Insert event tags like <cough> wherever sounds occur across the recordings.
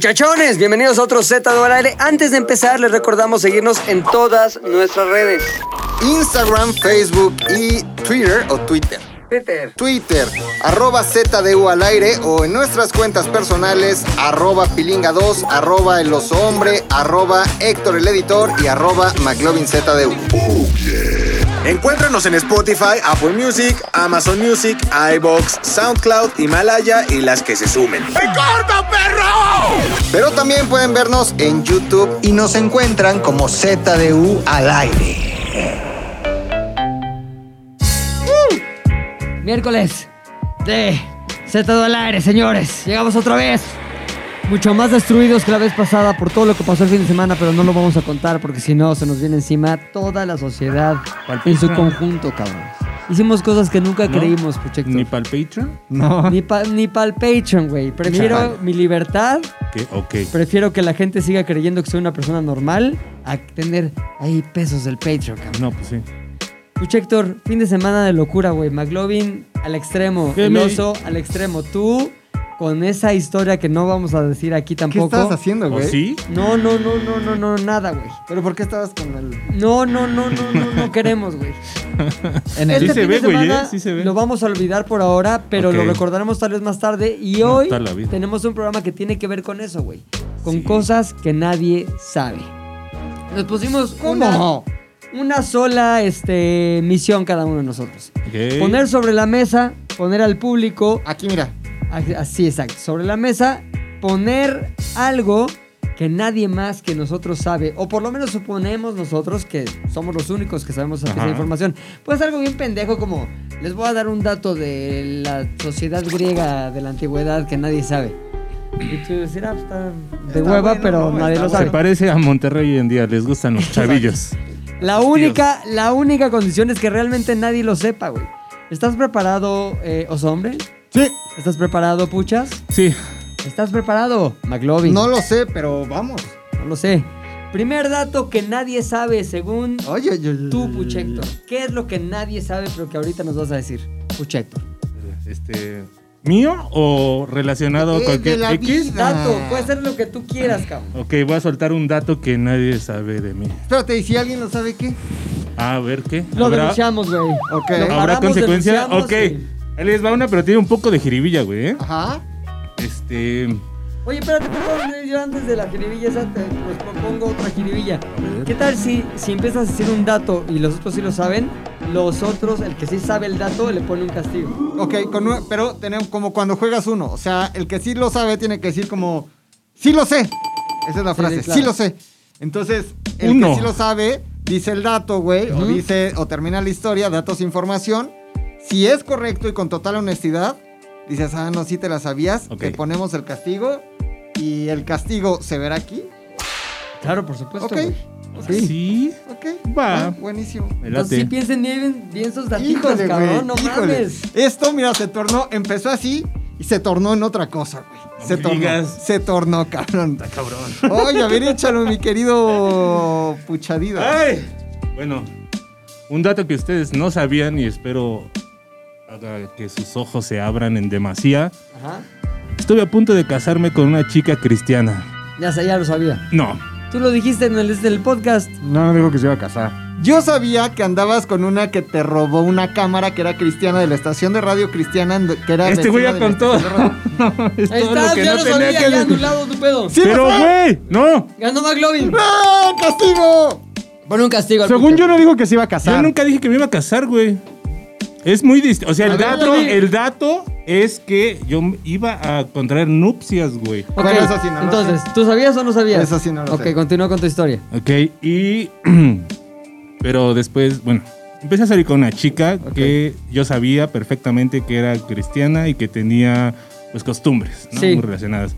Muchachones, bienvenidos a otro Z al aire. Antes de empezar, les recordamos seguirnos en todas nuestras redes. Instagram, Facebook y Twitter o Twitter. Peter. Twitter, arroba ZDU al aire o en nuestras cuentas personales, arroba pilinga2, arroba el oso hombre, arroba Héctor el editor y arroba McLovinZDU. Encuéntranos en Spotify, Apple Music, Amazon Music, iBox, SoundCloud, Himalaya y las que se sumen. Pero también pueden vernos en YouTube y nos encuentran como ZDU al aire. Miércoles de Z dólares, señores. Llegamos otra vez. Mucho más destruidos que la vez pasada por todo lo que pasó el fin de semana, pero no lo vamos a contar porque si no se nos viene encima toda la sociedad en su conjunto, cabrón. Hicimos cosas que nunca creímos, Puchector. ¿Ni <laughs> para el Patreon? No. Ni para el Patreon, güey. Prefiero Chaval. mi libertad, ¿Qué? Ok. prefiero que la gente siga creyendo que soy una persona normal a tener ahí pesos del Patreon, cabrón. No, pues sí. Puch Héctor, fin de semana de locura, güey. McLovin al extremo, ¿Qué el me- oso al extremo. Tú con esa historia que no vamos a decir aquí ¿Qué tampoco. estabas haciendo, ¿O güey? sí? No, no, no, no, no, no, nada, güey. ¿Pero por qué estabas con el...? No, no, no, no, no, no queremos, güey. En Sí Este se fin de ve, güey, ¿eh? semana Sí se ve. Lo vamos a olvidar por ahora, pero Ok. lo recordaremos tal vez más tarde. Y No, hoy está la vida. tenemos un programa que tiene que ver con eso, güey. Con cosas que nadie sabe. Nos pusimos una, ¿Cómo? una sola este, misión cada uno de nosotros. Ok. Poner sobre la mesa, poner al público, Aquí, mira. a- así exacto, sobre la mesa, poner algo que nadie más que nosotros sabe, o por lo menos suponemos nosotros que somos los únicos que sabemos esa pieza de Ajá. información. Pues algo bien pendejo como, les voy a dar un dato de la sociedad griega de la antigüedad que nadie sabe. Y tú decir, ah, está de Está hueva, bueno, pero no, nadie está lo Se sabe. parece a Monterrey hoy en día. Les gustan los chavillos. La única, la única condición es que realmente nadie lo sepa, güey. ¿Estás preparado, eh, oso hombre? Sí. ¿Estás preparado, puchas? Sí. ¿Estás preparado, McLovin? No lo sé, pero vamos. No lo sé. Primer dato que nadie sabe, según Oye, oye, oye, tú, oye. Puchector. ¿Qué es lo que nadie sabe, pero que ahorita nos vas a decir, Puchector? Este... ¿Mío o relacionado Eh, con qué? de la ¿X? vida. Dato, puede ser lo que tú quieras, cabrón. Ok, voy a soltar un dato que nadie sabe de mí. Espérate, ¿y si alguien lo sabe qué? A ver qué. Lo ¿Habrá, denunciamos, güey. Ok. Lo ¿habrá paramos, consecuencia? denunciamos Ok. y- Ahí les va una, pero tiene un poco de jiribilla, güey. ¿eh? Ajá. Este. Oye, espérate, perdón, yo antes de la jiribilla esa te pues, propongo otra jiribilla. ¿Qué tal si, si empiezas a decir un dato y los otros sí lo saben, los otros, el que sí sabe el dato, le pone un castigo? Ok, con un- pero tenemos como cuando juegas uno. O sea, el que sí lo sabe tiene que decir como... ¡Sí lo sé! Esa es la Sí, frase. Sí, sí, claro. lo sé. Entonces, el Uno. que sí lo sabe dice el dato, güey. O Ujú. dice... O termina la historia, datos, información. Si es correcto y con total honestidad, dices, ah, no, sí te la sabías. Ok. Te ponemos el castigo. Y el castigo se verá aquí. Claro, por supuesto. Ok. güey. Sí. Ok. Va. Ah, buenísimo. Me late. Entonces sí piensen bien, bien sus datitos, Híjole, güey. cabrón, no híjole. mames. Esto, mira, se tornó, empezó así y se tornó en otra cosa, güey. No se me tornó. digas. Se tornó, cabrón. Cabrón. Oye, a ver, échalo, mi querido Puchadida. ¡Ay! Bueno, un dato que ustedes no sabían y espero haga que sus ojos se abran en demasía. Ajá. Estuve a punto de casarme con una chica cristiana. Ya, sé, ya lo sabía. No. Tú lo dijiste en el, en el podcast. No, no dijo que se iba a casar. Yo sabía que andabas con una que te robó una cámara que era cristiana de la estación de radio cristiana en- que era. este güey vecina ya de la contó. estación de <laughs> radio. No, es todo Estás, lo que ya no lo tenía sabía, que ya decir. anulado tu pedo. Sí, Pero, lo sé. güey, no. Ganó McLovin. ¡Ah, castigo! Pon un castigo al Según puto. yo no dijo que se iba a casar. Yo nunca dije que me iba a casar, güey. Es muy distinto. O sea, A el ver, dato, dale. el dato es que yo iba a contraer nupcias, güey. Ok, Bueno, eso sí no lo entonces, ¿tú sabías o no sabías? Eso sí no lo Ok, sé. continúa con tu historia. Ok, y. <clears throat> Pero después, bueno, empecé a salir con una chica que yo sabía perfectamente que era cristiana y que tenía, pues, costumbres, ¿no? Sí. Muy relacionadas.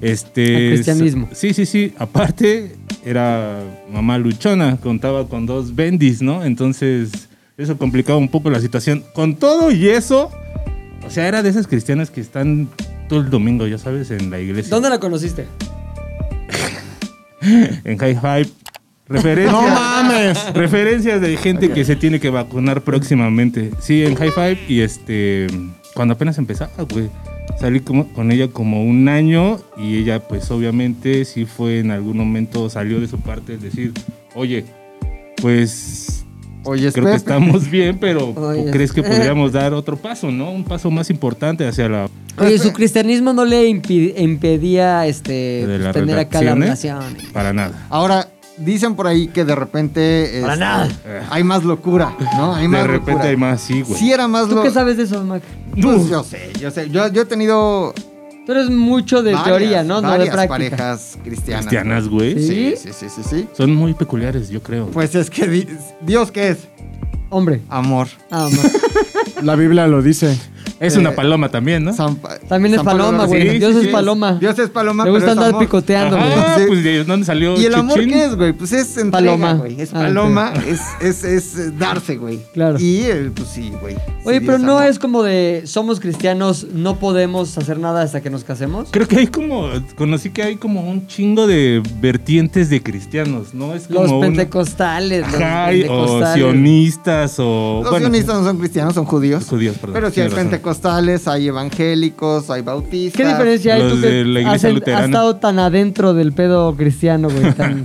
Este. Al cristianismo. Sí, sí, sí. Aparte, era mamá luchona, contaba con dos bendis, ¿no? Entonces, eso complicaba un poco la situación. Con todo y eso, o sea, era de esas cristianas que están todo el domingo, ya sabes, en la iglesia. ¿Dónde la conociste? En High Five. Referencias. ¡No mames! Referencias de gente que se tiene que vacunar próximamente. Sí, en High Five y este. Cuando apenas empezaba, güey. Salí como- con ella como un año y ella pues obviamente sí fue en algún momento, salió de su parte el decir, oye, pues Oye, creo que Pepe. estamos bien, pero <laughs> Oye, ¿crees que Pepe. podríamos dar otro paso, no? Un paso más importante hacia la... Oye, su cristianismo no le impi- impedía este, de pues, las tener acá la eh? relación. relaciones? Para nada. Ahora, dicen por ahí que de repente. Para este, nada. Hay más locura, ¿no? Hay más De repente locura. hay más, sí, Si güey. era más ¿Tú qué locura. sabes de eso, Mac? yo sé, yo sé. Yo, yo he tenido. Tú eres mucho de varias, teoría, ¿no? No de varias práctica. parejas cristianas. Cristianas, güey. Sí. Sí, sí, sí, sí, sí. Son muy peculiares, yo creo. Pues es que di- Dios, ¿qué es? Hombre. Amor. Ah, Mac. <laughs> La Biblia lo dice. es eh, una paloma también, ¿no? San Pa- También es San Pablo paloma, lo güey. sí, Dios sí, es sí. paloma. Dios es paloma, Le pero gusta es andar amor. picoteando, güey. Ajá, Sí. pues de dónde salió ¿Y el amor Chichín? qué es, güey? Pues es entrega, Paloma. güey. Es Ah, paloma, es, es, es, eh, darse, güey. Claro. Y, eh, pues sí, güey. Oye, Sí, pero Dios no amor. es como de somos cristianos, no podemos hacer nada hasta que nos casemos. Creo que hay como, conocí que hay como un chingo de vertientes de cristianos, ¿no? Es como Los un- pentecostales, los Ajá, y- o pentecostales. sionistas o... Los bueno, sionistas no son cristianos, son judíos. Judíos, perdón, Pero sí hay tienes razón. pentecostales, hay evangélicos, hay bautistas. ¿Qué diferencia hay Los tú que de la iglesia has, en- luterana. has estado tan adentro del pedo cristiano, güey? <laughs> Tan,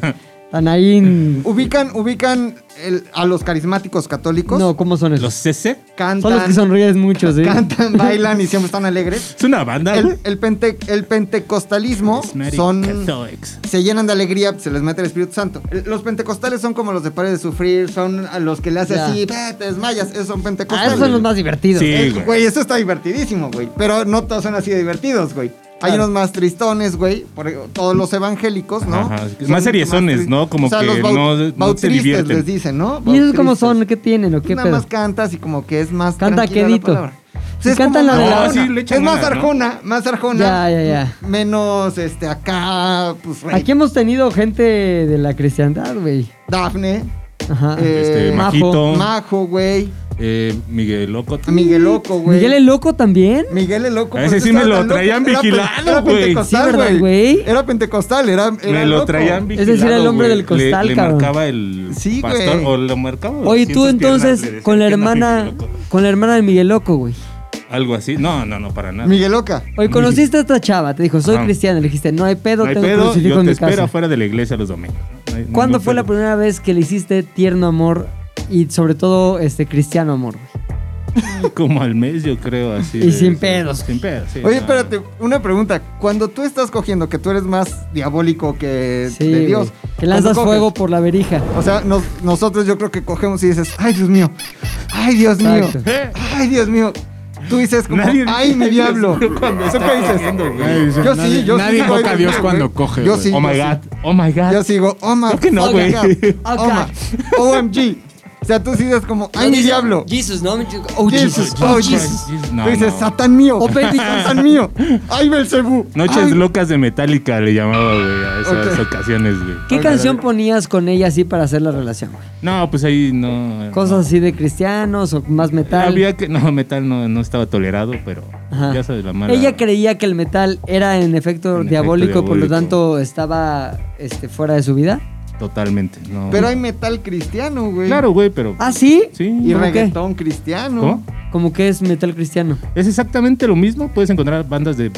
tan ahí. en- Ubican, ubican el- a los carismáticos católicos. No, ¿cómo son esos? Los CC. cantan, son los que sonríes mucho, ¿sí? <laughs> cantan, bailan y siempre están alegres. Es una banda, El, güey. el pente- el pentecostalismo Charismatic son Catholics. se llenan de alegría, se les mete el Espíritu Santo. El- Los pentecostales son como los de pares de sufrir, son a los que le hace Ya. así, "Ve, te desmayas, esos son Ah, pentecostales. esos son los más divertidos. Sí. Eh, güey. Güey, eso está divertidísimo, güey. Pero no todos son así de divertidos, güey. Hay Claro. unos más tristones, güey. Por ejemplo, todos los evangélicos, ¿no? Ajá, Son más seriezones, tri- ¿no? Como que baut- no- no se bautristas divierten. les dicen, ¿no? ¿Y esos cómo Bautristas. son? ¿Qué tienen o qué Nada pedo? más cantas y como que es más Canta tranquila la quedito. palabra. Sí, canta la como de más la Arjona. hora. Sí, le echan Es más ganas, ¿no? arjona, más arjona. Ya, ya, ya. Menos, este, acá, pues, güey. Aquí hemos tenido gente de la cristiandad, güey. Dafne, Ajá. Eh, Este, Majo. Majito. Majo, güey. eh, Miguel Loco. Miguel Loco, güey. ¿Miguel el Loco también? Miguel el Loco. A ese ¿por qué sí me estaba lo tan loco? traían Era pen- vigilado, era güey. pentecostal, Sí, ¿verdad, güey? Era pentecostal, era, era Me lo loco. traían Es vigilado, decir, el hombre güey. del costal, le, le cabrón. marcaba el Sí, pastor güey. o lo marcaba. Oye, tú 200 entonces piernas, le con la decía, "¿Qué onda, hermana Miguel Loco?". con la hermana de Miguel Loco, güey. Algo así. No, no, no, para nada. Miguel Loca. Oye, conociste a esta chava, te dijo, soy Ajá. cristiana, le dijiste, no hay pedo, No hay tengo pedo, crucifijo yo en te mi espero casa. afuera de la iglesia los domingos. No hay- no ¿Cuándo hay fue la pedo. primera vez que le hiciste tierno amor y sobre todo este cristiano amor? güey? <laughs> Como al mes, yo creo, así. Y de- sin pedos. Sin pedos, sí. Oye, no, <laughs> espérate, una pregunta. Cuando tú estás cogiendo, que tú eres más diabólico que Sí, de güey. Dios. que lanzas cuando coges, fuego por la verija. O sea, nos- nosotros yo creo que cogemos y dices, ay, Dios mío, ay, Dios mío, Exacto. ay, Dios mío. Tú dices como, ¿Eh? Nadie- ay, mi diablo. <laughs> cuando ¿Eso está qué dices? cogiendo, güey. Nadie dice- Yo nadie- sí, yo sí. nadie digo, ay, invoca a Dios mío, cuando güey. coge. Yo güey. sí. Oh my yo God, sí. oh my God. Yo sigo, oh my Creo que no, oh güey. my God, Oh, oh my- OMG. O sea, tú dices como, ay, mi diablo. Jesus, ¿no? Oh, Jesus, oh Jesus. Jesus. No, Tú dices, no. Satán mío. Oh, baby, Satán mío. Ay, Belcebú. Noches Ay. locas de Metallica le llamaba, güey, a esas Ok. ocasiones, güey. ¿Qué canción ponías con ella así para hacer la relación? güey? No, pues ahí no. Cosas así de cristianos o más no. metal. Había que. No, metal no, no estaba tolerado, pero. Ajá. Ya sabes, la mala. Ella creía que el metal era en efecto En diabólico, efecto por lo diabólico. tanto estaba este, fuera de su vida. Totalmente, no. Pero hay metal cristiano, güey. Claro, güey, pero. ¿Ah, sí? Sí. Y ¿Cómo qué? reggaetón cristiano. ¿Cómo? Como que es metal cristiano. Es exactamente lo mismo. Puedes encontrar bandas de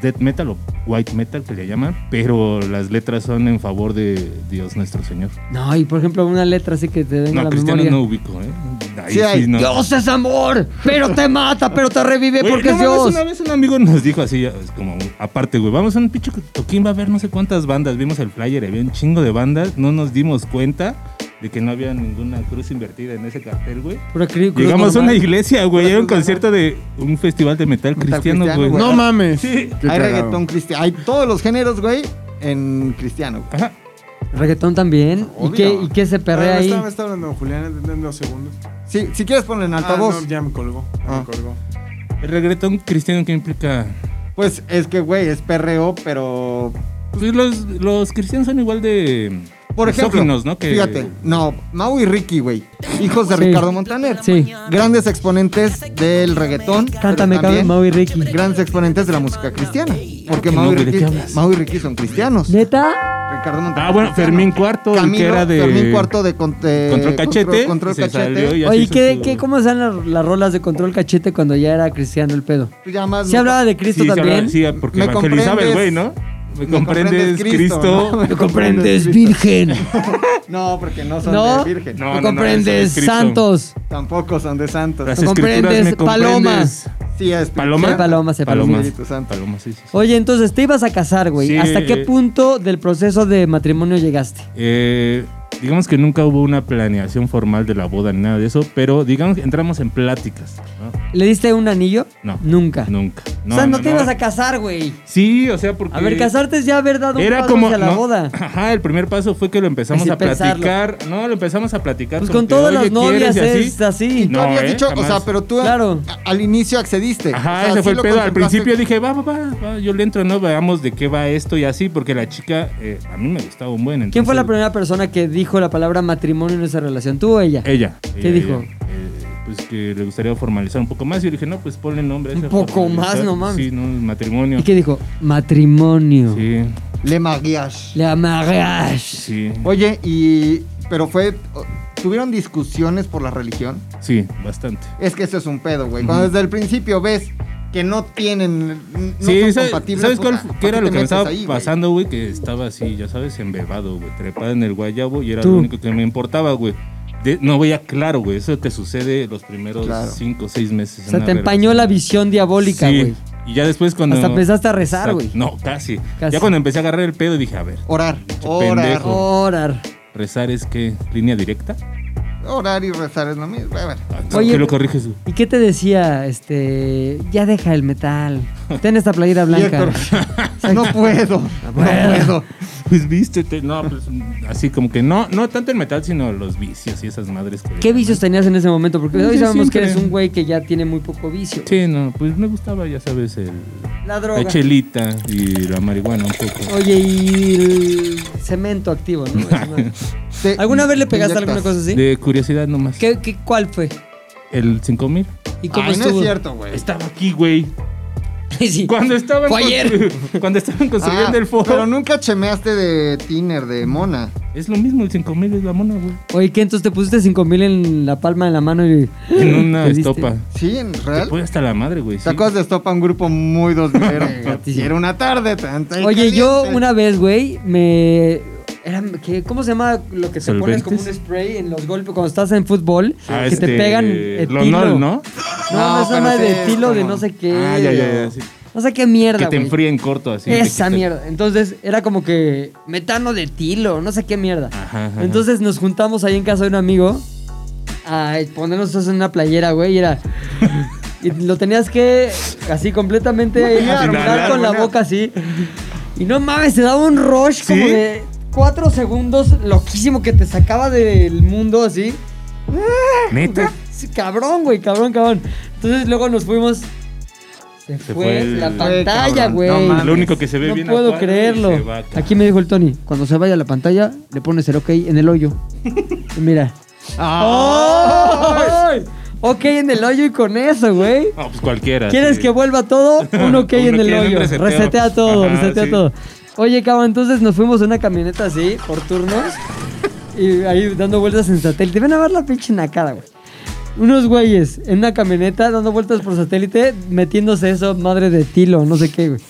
death metal o white metal que le llaman, pero las letras son en favor de Dios nuestro Señor. No, y por ejemplo, una letra así que te venga a No, la cristiano memoria. no ubico, ¿eh? Ahí Sí hay. no. Dios es amor, pero te mata, pero te revive Oye, porque no es mames, Dios. Una vez un amigo nos dijo así, ya, es como aparte, güey, vamos a un pinche toquín, va a haber no sé cuántas bandas. Vimos el flyer, había un chingo de bandas, no nos dimos cuenta de que no había ninguna cruz invertida en ese cartel, güey. Pura cri- cruz Llegamos a una normal. iglesia, güey, Una era un cruz concierto de un festival de metal, Metal cristiano, cristiano, güey. güey. No mames. Sí. Qué Hay Hay cagado. reggaetón cristiano. Hay todos los géneros, güey, en cristiano. güey. Ajá. Reggaetón también. ¿Y Obvio. qué, ¿Y qué se perrea Ah, ahí? Estaba, estaba hablando Julián, en dos segundos. Si, si quieres ponlo en altavoz. Ah, no, ya me colgó, ya Ah. me colgó. El reggaetón cristiano que implica... Pues es que, güey, es perreo, pero. Pues los, los cristianos son igual de... Por ejemplo, misóginos, ¿no? Que- fíjate, no, Mau y Ricky, güey, hijos de Sí. Ricardo Montaner, Sí. grandes exponentes del reggaetón, Cántame, pero también Carlos, Mau y Ricky. grandes exponentes de la música cristiana, porque ¿Qué, Mau y, no, güey, de Ricky, qué hablas? Mau y Ricky son cristianos, ¿Neta? Ricardo Montalbán. Ah, bueno, Cristiano. Fermín Cuarto, el que Camilo- era de. Fermín Cuarto de, con- de Control Cachete. Control se Cachete. salió y así Oye, hizo ¿qué, su- qué, ¿cómo están las, las rolas de control cachete cuando ya era cristiano el pedo? Tú llamas- ¿Se hablaba de Cristo Sí, se también? hablaba- sí, porque Me evangelizaba el comprendes- güey, ¿no? Me me comprendes, Cristo. ¿no? ¿Me <laughs> comprendes, virgen? No, porque no <laughs> son ¿No? de virgen. No, ¿Me no, no, comprendes, es Cristo. santos? Tampoco son de santos. Las ¿Me escrituras me comprendes, comprendes. Sí, es ¿Paloma? Sí, paloma, sí, paloma. Espíritu Santo. Paloma, sí, sí. sí. Oye, entonces te ibas a casar, güey. Sí, ¿Hasta qué eh, punto del proceso de matrimonio llegaste? Eh, digamos que nunca hubo una planeación formal de la boda ni nada de eso, pero digamos que entramos en pláticas. ¿Le diste un anillo? No. no Nunca. Nunca. o sea, no, te ibas a casar, güey. Sí, o sea, porque. A ver, casarte es ya haber dado un Eh, Era paso como. hacia la no, boda. Ajá, el primer paso fue que lo empezamos Sin a platicar. No, lo empezamos a platicar. Pues como con que, todas "Oye, las ¿quieres?" novias y es así. Tú habías No, ¿eh? dicho, o Jamás. sea, pero tú Claro. a- al inicio accediste. Ajá, O sea, ese sí fue el lo pedo. Al contemplaste. principio dije, va, va, va, va, yo le entro, no, veamos de qué va esto y así, porque la chica, eh, a mí me gustaba un buen. ¿Quién fue la entonces- primera persona que dijo la palabra matrimonio en esa relación? ¿Tú o ella? Ella. ¿Qué ella, dijo? ella. Eh, pues que le gustaría formalizar un poco más. Y yo le dije, no, pues ponle nombre. a Un ese poco formalizar. más, no mames. Sí, no, matrimonio. ¿Y qué dijo? Matrimonio. Sí, Le maguías. La mariage. sí, Oye, y. Pero fue. ¿Tuvieron discusiones por la religión? sí, bastante. Es que eso es un pedo, güey. Cuando desde el principio ves que no tienen. No sí, son ¿sabes, compatibles. ¿sabes o cuál sea, fue- ¿para qué era te lo que me metes estaba ahí, güey? pasando, güey? Que estaba así, ya sabes, embebado, güey, trepado en el guayabo y era Tú. lo único que me importaba, güey. De- no veía claro, güey, eso te sucede los primeros Claro. cinco o seis meses. O sea, te empañó la visión diabólica, güey. Y ya después cuando... Hasta empezaste a rezar, güey. No, casi. Casi. Ya cuando empecé a agarrar el pedo dije, a ver, Orar. Pinche Orar. pendejo. Orar. rezar es que línea directa. Orar y rezar es lo mismo. A ver. Ah, Oye, ¿Qué lo corriges? güey? <laughs> ¿Y qué te decía? Este. Ya deja el metal. Ten esta <laughs> playera blanca. <laughs> No puedo. No puedo. Pues vístete. No, pues así como que no, no tanto el metal, sino los vicios y esas madres. que- ¿Qué vicios tenías en ese momento? Porque Pues hoy yo sabemos que siempre- eres un güey que ya tiene muy poco vicio. Sí, no, pues me gustaba, ya sabes, el, La droga. la chelita y la marihuana un poco. Oye, y el cemento activo, <laughs> ¿no? Eso no- Te- ¿Alguna vez le pegaste inyectas. alguna cosa así? De curiosidad nomás. ¿Qué, qué, cuál fue? El 5000. ¿Y cómo Ay, no estuvo? es cierto, güey. Estaba aquí, güey. <laughs> Sí. Cuando estaban Fue ayer. constru- <laughs> cuando estaban construyendo Ah, el foro. Pero nunca chemeaste de Tiner, de Mona. Es lo mismo, el 5000 es la mona, güey. Oye, ¿qué? Entonces te pusiste 5000 en la palma de la mano y. En una ¿Te diste? estopa. Sí, en Te real. Pues, puede hasta la madre, güey. ¿Te sí. acuerdas de Estopa? Un grupo muy dos <laughs> Y era una tarde tanta y Oye, yo caliente. una vez, güey, me. Era, ¿qué- ¿Cómo se llama lo que te pones ¿Solventes? como un spray en los golpes cuando estás en fútbol? Ah, que este, te pegan etilo. Lonol, ¿no? No, No, no, es pero nada sí de es estilo de como- no sé qué. Ah, ya, ya, ya, sí. No sé qué mierda. Que te güey. enfríen corto así. te Esa quitan. mierda. Entonces era como que metano de tilo, no sé qué mierda. Ajá, ajá. Entonces nos juntamos ahí en casa de un amigo a ponernos eso en una playera, güey, y era. Y lo tenías que así completamente Buenear, armar buenear, con la buenear. boca así. Y no mames, te daba un rush como ¿Sí? de cuatro segundos loquísimo que te sacaba del mundo así. Neta. Sí, Cabrón, güey, cabrón, cabrón. Entonces luego nos fuimos. Se, fue, fue el- la Fue, pantalla, cabrón. güey. No mames. Lo único que se ve No bien a puedo cuadro y se creerlo. va acá. Aquí me dijo el Tony, cuando se vaya la pantalla, le pones el ok en el hoyo. Y Mira. Ah. ¡Oh! ¡Ay! Ok en el hoyo y con eso, güey. No, pues cualquiera. ¿Quieres sí. que vuelva <laughs> todo? Un ok en Un ok el en un hoyo. reseteo. Resetea todo, Ajá, resetea sí. todo. Oye, cabrón, entonces nos fuimos en una camioneta así, por turnos. Y ahí dando vueltas en satélite. Ven a ver la pinche nacada, güey. Unos güeyes en una camioneta dando vueltas por satélite, metiéndose eso, madre de tilo, no sé qué, güey.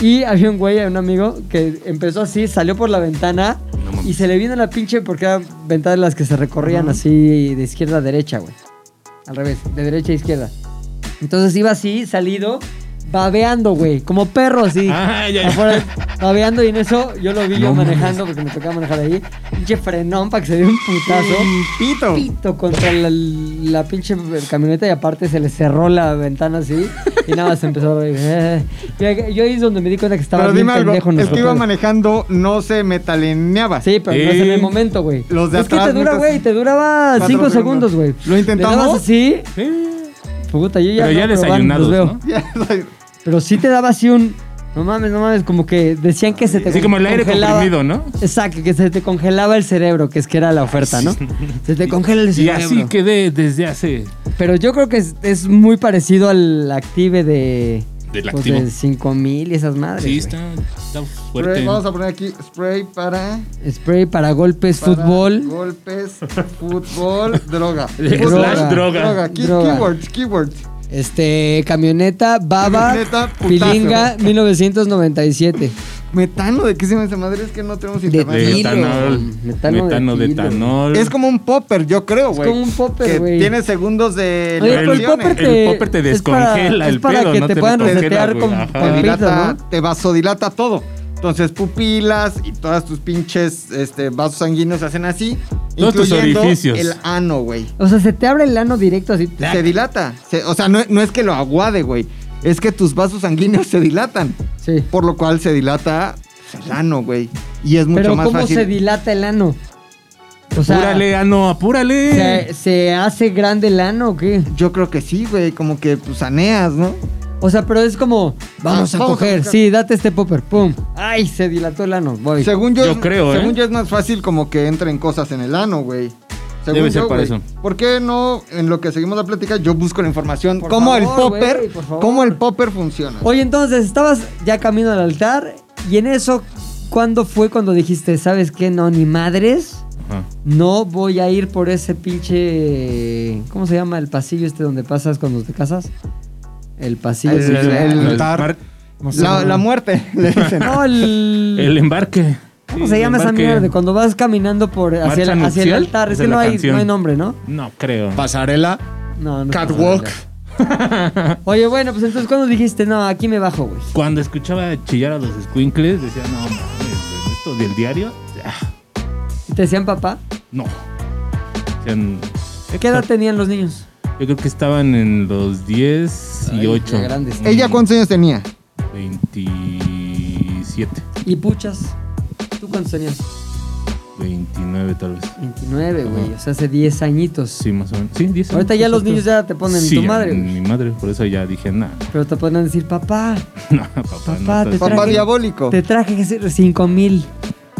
Y había un güey, un amigo, que empezó así, salió por la ventana y se le vino la pinche, porque eran ventanas las que se recorrían así de izquierda a derecha, güey. Al revés, de derecha a izquierda. Entonces iba así, salido, babeando, güey, como perro así. <laughs> Ah, ya, ya. Afuera, babeando y en eso yo lo vi yo manejando, porque me tocaba manejar ahí. Pinche frenón para que se dé un putazo. Pito. Pito contra la, la pinche camioneta y aparte se le cerró la ventana así y nada más empezó a reír. Eh. Yo, yo ahí es donde me di cuenta que estaba Pero bien dime algo, pendejo el que iba nosotros. manejando no se metaleneaba. Sí, pero no es en el Sí. momento, güey. Los de es que atrás te dura, nunca- güey, te duraba Cuatro 5 segundos. segundos, güey. ¿Lo intentamos? Le dabas así, Sí. puta, yo ya Pero no, ya van, los desayunados, veo. ¿no? <laughs> Ya, soy- Pero sí te daba así un. No mames, no mames, como que decían que se te Así como el aire congelaba- comprimido, ¿no? Exacto, que se te congelaba el cerebro, que es que era la oferta, <laughs> ¿no? Se te congela el Y cerebro. así quedé desde hace. Pero yo creo que es, es muy parecido al active de, del Pues activo. de 5 mil y esas madres. Sí, güey. está, está fuerte. Spray, vamos a poner aquí spray para. Spray para golpes, para fútbol. Golpes, fútbol, <laughs> <laughs> droga. Fútbol, Slash droga. Key- Droga. Keywords, keywords. Este, camioneta, baba, Camioneta, putazo. pilinga, 1997. Metano, ¿de qué se llama esa madre? Es que no tenemos internet. de kilo, etanol, metano de metano de kilo. etanol. Es como un popper, yo creo, güey. como un popper, que güey. Tiene segundos de. eh. Oye, pero el liberaciones. popper El te, popper te es para- descongela es el para pedo, que no te te puedan descongela, resetear güey, con ajá. te papito, dilata, ¿no? te vasodilata todo. Entonces pupilas y todas tus pinches este, vasos sanguíneos se hacen así. Todos tus incluyendo orificios. El ano, güey. O sea, se te abre el ano directo así. Se dilata. Se- o sea, no, no es que lo aguade, güey. Es que tus vasos sanguíneos se dilatan. Sí. Por lo cual se dilata pues, el ano, güey. Y es mucho Pero más ¿cómo fácil. se dilata el ano? O sea, apúrale, ano, apúrale. ¿se, se hace grande el ano o qué? Yo creo que sí, güey. Como que pues, saneas, ¿no? O sea, pero es como, vamos a Ah, vamos a coger. buscar. sí, date este popper. Pum. Ay, se dilató el ano. Voy. Según yo, Yo es- creo, ¿eh? según yo es más fácil como que entren cosas en el ano, güey. Según Debe ser yo, para güey. eso. ¿Por qué no en lo que seguimos la plática yo busco la información Por cómo el favor, popper, güey, por favor. cómo el popper funciona? Oye, entonces, estabas ya camino al altar y en eso, ¿cuándo fue cuando dijiste, sabes qué? No, ni madres, Ajá. no voy a ir por ese pinche... ¿Cómo se llama el pasillo este donde pasas cuando te casas? El pasillo... El- este- el- <laughs> mar- No sé, La, la muerte, <laughs> le <laughs> dicen. No, el- el embarque. ¿Cómo Sí, se el llama esa embarque. mierda? Cuando vas caminando por hacia, el, hacia Marcha el nupcial, altar. Es esa que es no la hay, canción. no hay nombre, ¿no? No creo. Pasarela. No, no. Catwalk. Oye, bueno, pues entonces, ¿cuándo dijiste? No, aquí me bajo, güey. Cuando escuchaba chillar a los squinkles, decía, no, mames, güey, esto del diario, ah, ¿Y ¿Te decían papá? no. Decían, ¿Qué edad tenían los niños? Yo creo que estaban en los 10 y Ay, 8. ya grandes. ¿Ella cuántos años tenía? 27, Y puchas. ¿Tú cuántos tenías? 29 tal vez. 29, güey. O sea, hace 10 añitos. Sí, más o menos. Sí, 10 Ahorita años, ya los exacto. niños ya te ponen Sí, tu ya, madre, güey. Mi madre, por eso ya dije, nada. Pero te pueden decir, papá, <laughs> No, papá, Papá, no te estás- Papá traje- diabólico. te traje 5 mil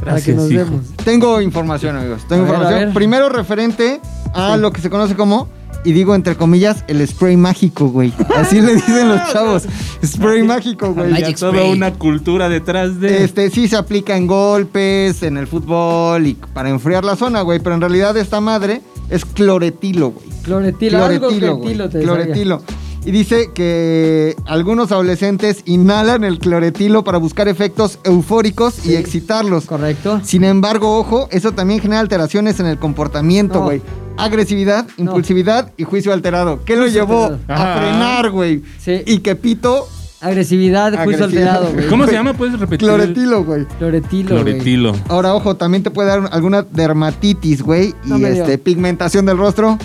para que Oh. Gracias, nos hijo. vemos. Tengo información, amigos. Tengo A ver, información. a ver. Primero referente a lo que se conoce como, y digo entre comillas, el spray mágico, güey. Así le dicen los <laughs> chavos. Spray mágico, güey. Ya toda una cultura detrás de... Este sí se aplica en golpes, en el fútbol y para enfriar la zona, güey. Pero en realidad esta madre es cloretilo, güey. Cloretilo, Cloretilo, algo güey. cloretilo te Cloretilo. Y dice que algunos adolescentes inhalan el cloretilo para buscar efectos eufóricos y excitarlos. sabía. ¿Correcto? Sin embargo, ojo, eso también genera alteraciones en el comportamiento, No. güey. Agresividad, impulsividad y juicio alterado. ¿Qué lo Juicio llevó alterado. Ajá. a frenar, güey? Sí. Y que pito Agresividad, juicio Agresividad. alterado, güey. ¿Cómo se llama? ¿Puedes repetir? cloretilo, güey. Cloretilo, güey. Cloretilo. Ahora, ojo, también te puede dar alguna dermatitis, güey, No y me dio. este pigmentación del rostro.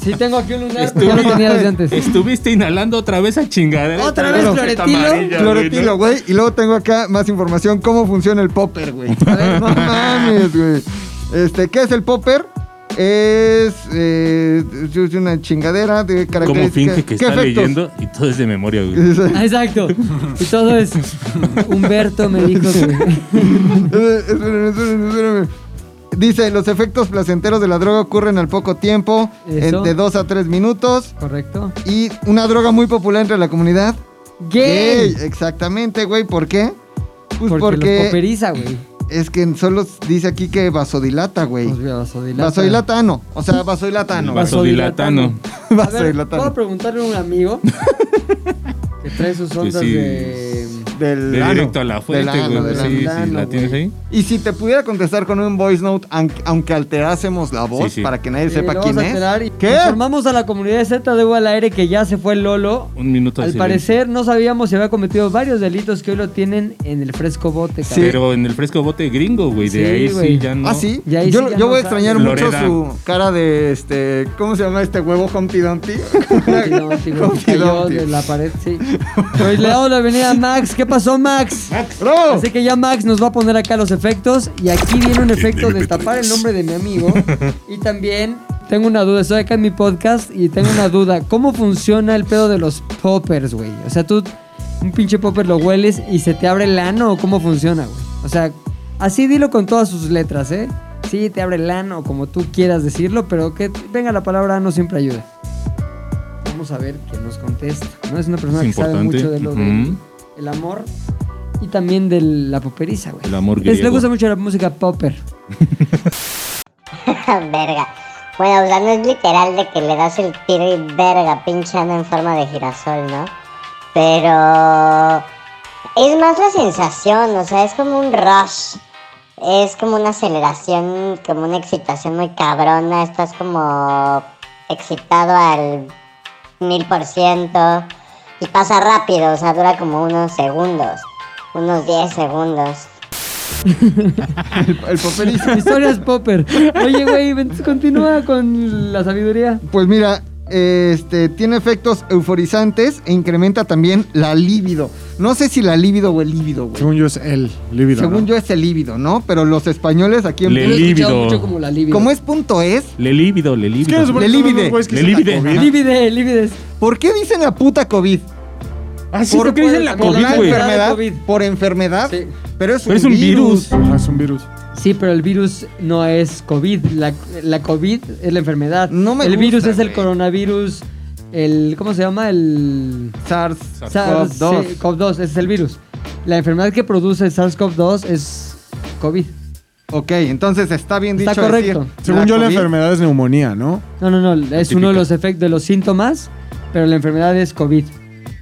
Sí, tengo aquí un lunar, Este pero ya lo tenía desde antes. Estuviste inhalando otra vez a chingadera. ¿Otra vez cloretilo? Cloretilo, güey. Y luego tengo acá más información cómo funciona el popper, güey. A ver, <laughs> no mames, güey. Este, ¿qué es el popper? Es, eh, es una chingadera de Como características. finge que ¿Qué está efectos? <laughs> leyendo y todo es de memoria, güey. Es, Ah, <laughs> Exacto. Y todo es. Humberto me dijo que. Eh, espérame, espérame, espérame. Dice, los efectos placenteros de la droga ocurren al poco tiempo, Eso. en- de 2 a 3 minutos. ¿Correcto? Y una droga muy popular entre la comunidad. ¡Gay! Gay, Exactamente, güey. ¿Por qué? Eh, Pues Porque, porque, los poperiza, güey. es que solo dice aquí que vasodilata, güey. Los Pues vasodilata. Vasodilata no. O sea, vasodilata no. <laughs> Vas- Vasodilatano. A ver, Vasodilata puedo no. preguntarle a un amigo que trae sus ondas sí. de. Del De ano. directo a la Del fuente, güey. ano, del Sí, sí, ano, la tienes güey. ahí. Y si te pudiera contestar con un voice note, aunque, aunque alterásemos la voz Sí, sí. para que nadie Eh, sepa lo quién vamos a alterar es. y Informamos a la comunidad de Z de U al aire que ya se fue Lolo. Un minuto de Al silencio. parecer no sabíamos si había cometido varios delitos que hoy lo tienen en el fresco bote, cabrón. Pero en el fresco bote gringo, güey. De Sí, ahí güey. sí ya no. Ah, sí. Y ahí Yo, sí ya yo no voy a sabe. extrañar Loreda. mucho su cara de este. ¿Cómo se llama este huevo Humpty Dumpty? <laughs> Humpty Dumpty, güey, Humpty cayó Dumpty. de la pared, sí. Pues le damos la bienvenida a Max. ¿Qué pasó, Max? ¡Bravo! Así que ya Max nos va a poner acá los efectos. Y aquí viene un efecto de tapar el nombre de mi amigo. <laughs> Y también tengo una duda. Estoy acá en mi podcast y tengo una duda. ¿Cómo funciona el pedo de los poppers, güey? O sea, tú un pinche popper lo hueles y se te abre el ano. ¿o ¿Cómo funciona, güey? O sea, así dilo con todas sus letras, ¿eh? Sí, te abre el ano, como tú quieras decirlo, pero que venga la palabra ano siempre ayuda. Vamos vamos a ver quién nos contesta. ¿no? Es una persona Es que sabe importante. mucho de lo Ujú. del el amor y también de la poperiza, güey. El amor Les- Le griego. gusta mucho la música popper. <laughs> verga. Bueno, o sea, no es literal de que le das el tiro y verga, pinchando en forma de girasol, ¿no? Pero es más la sensación, o sea, es como un rush. Es como una aceleración, como una excitación muy cabrona. Estás como excitado al mil por ciento. Y pasa rápido, o sea, dura como unos segundos, unos 10 segundos. El poperizo. Historias popper. Oye, güey, ven- continúa con la sabiduría. Pues mira, este tiene efectos euforizantes e incrementa también la libido. No sé si la libido o el líbido, güey. Según yo es el líbido. Según yo es el líbido, ¿no? Pero los españoles aquí en Le- Yo lo he escuchado líbido. mucho como la libido. Como es punto es, Le líbido, le líbido. es Le libide. Le libide. Lívide, lívides. ¿por qué dicen la puta COVID? Ah, sí, Por- lo que dicen la por COVID, la- güey. la- enfermedad, COVID. Por enfermedad, Sí. pero es un, Pero es un virus. Ah, es un virus. Sí, pero el virus no es COVID. La, la COVID es la enfermedad. No me El gusta, virus es el güey. coronavirus. El, ¿Cómo se llama? El SARS, SARS- CoV-2. sí, COV-2. Ese es el virus. La enfermedad que produce el SARS-CoV-2 es COVID. Ok, entonces está bien dicho. Está correcto. decir Según yo la COVID. enfermedad es neumonía, ¿no? No, no, no. Es uno de los efectos de los síntomas, pero la enfermedad es COVID.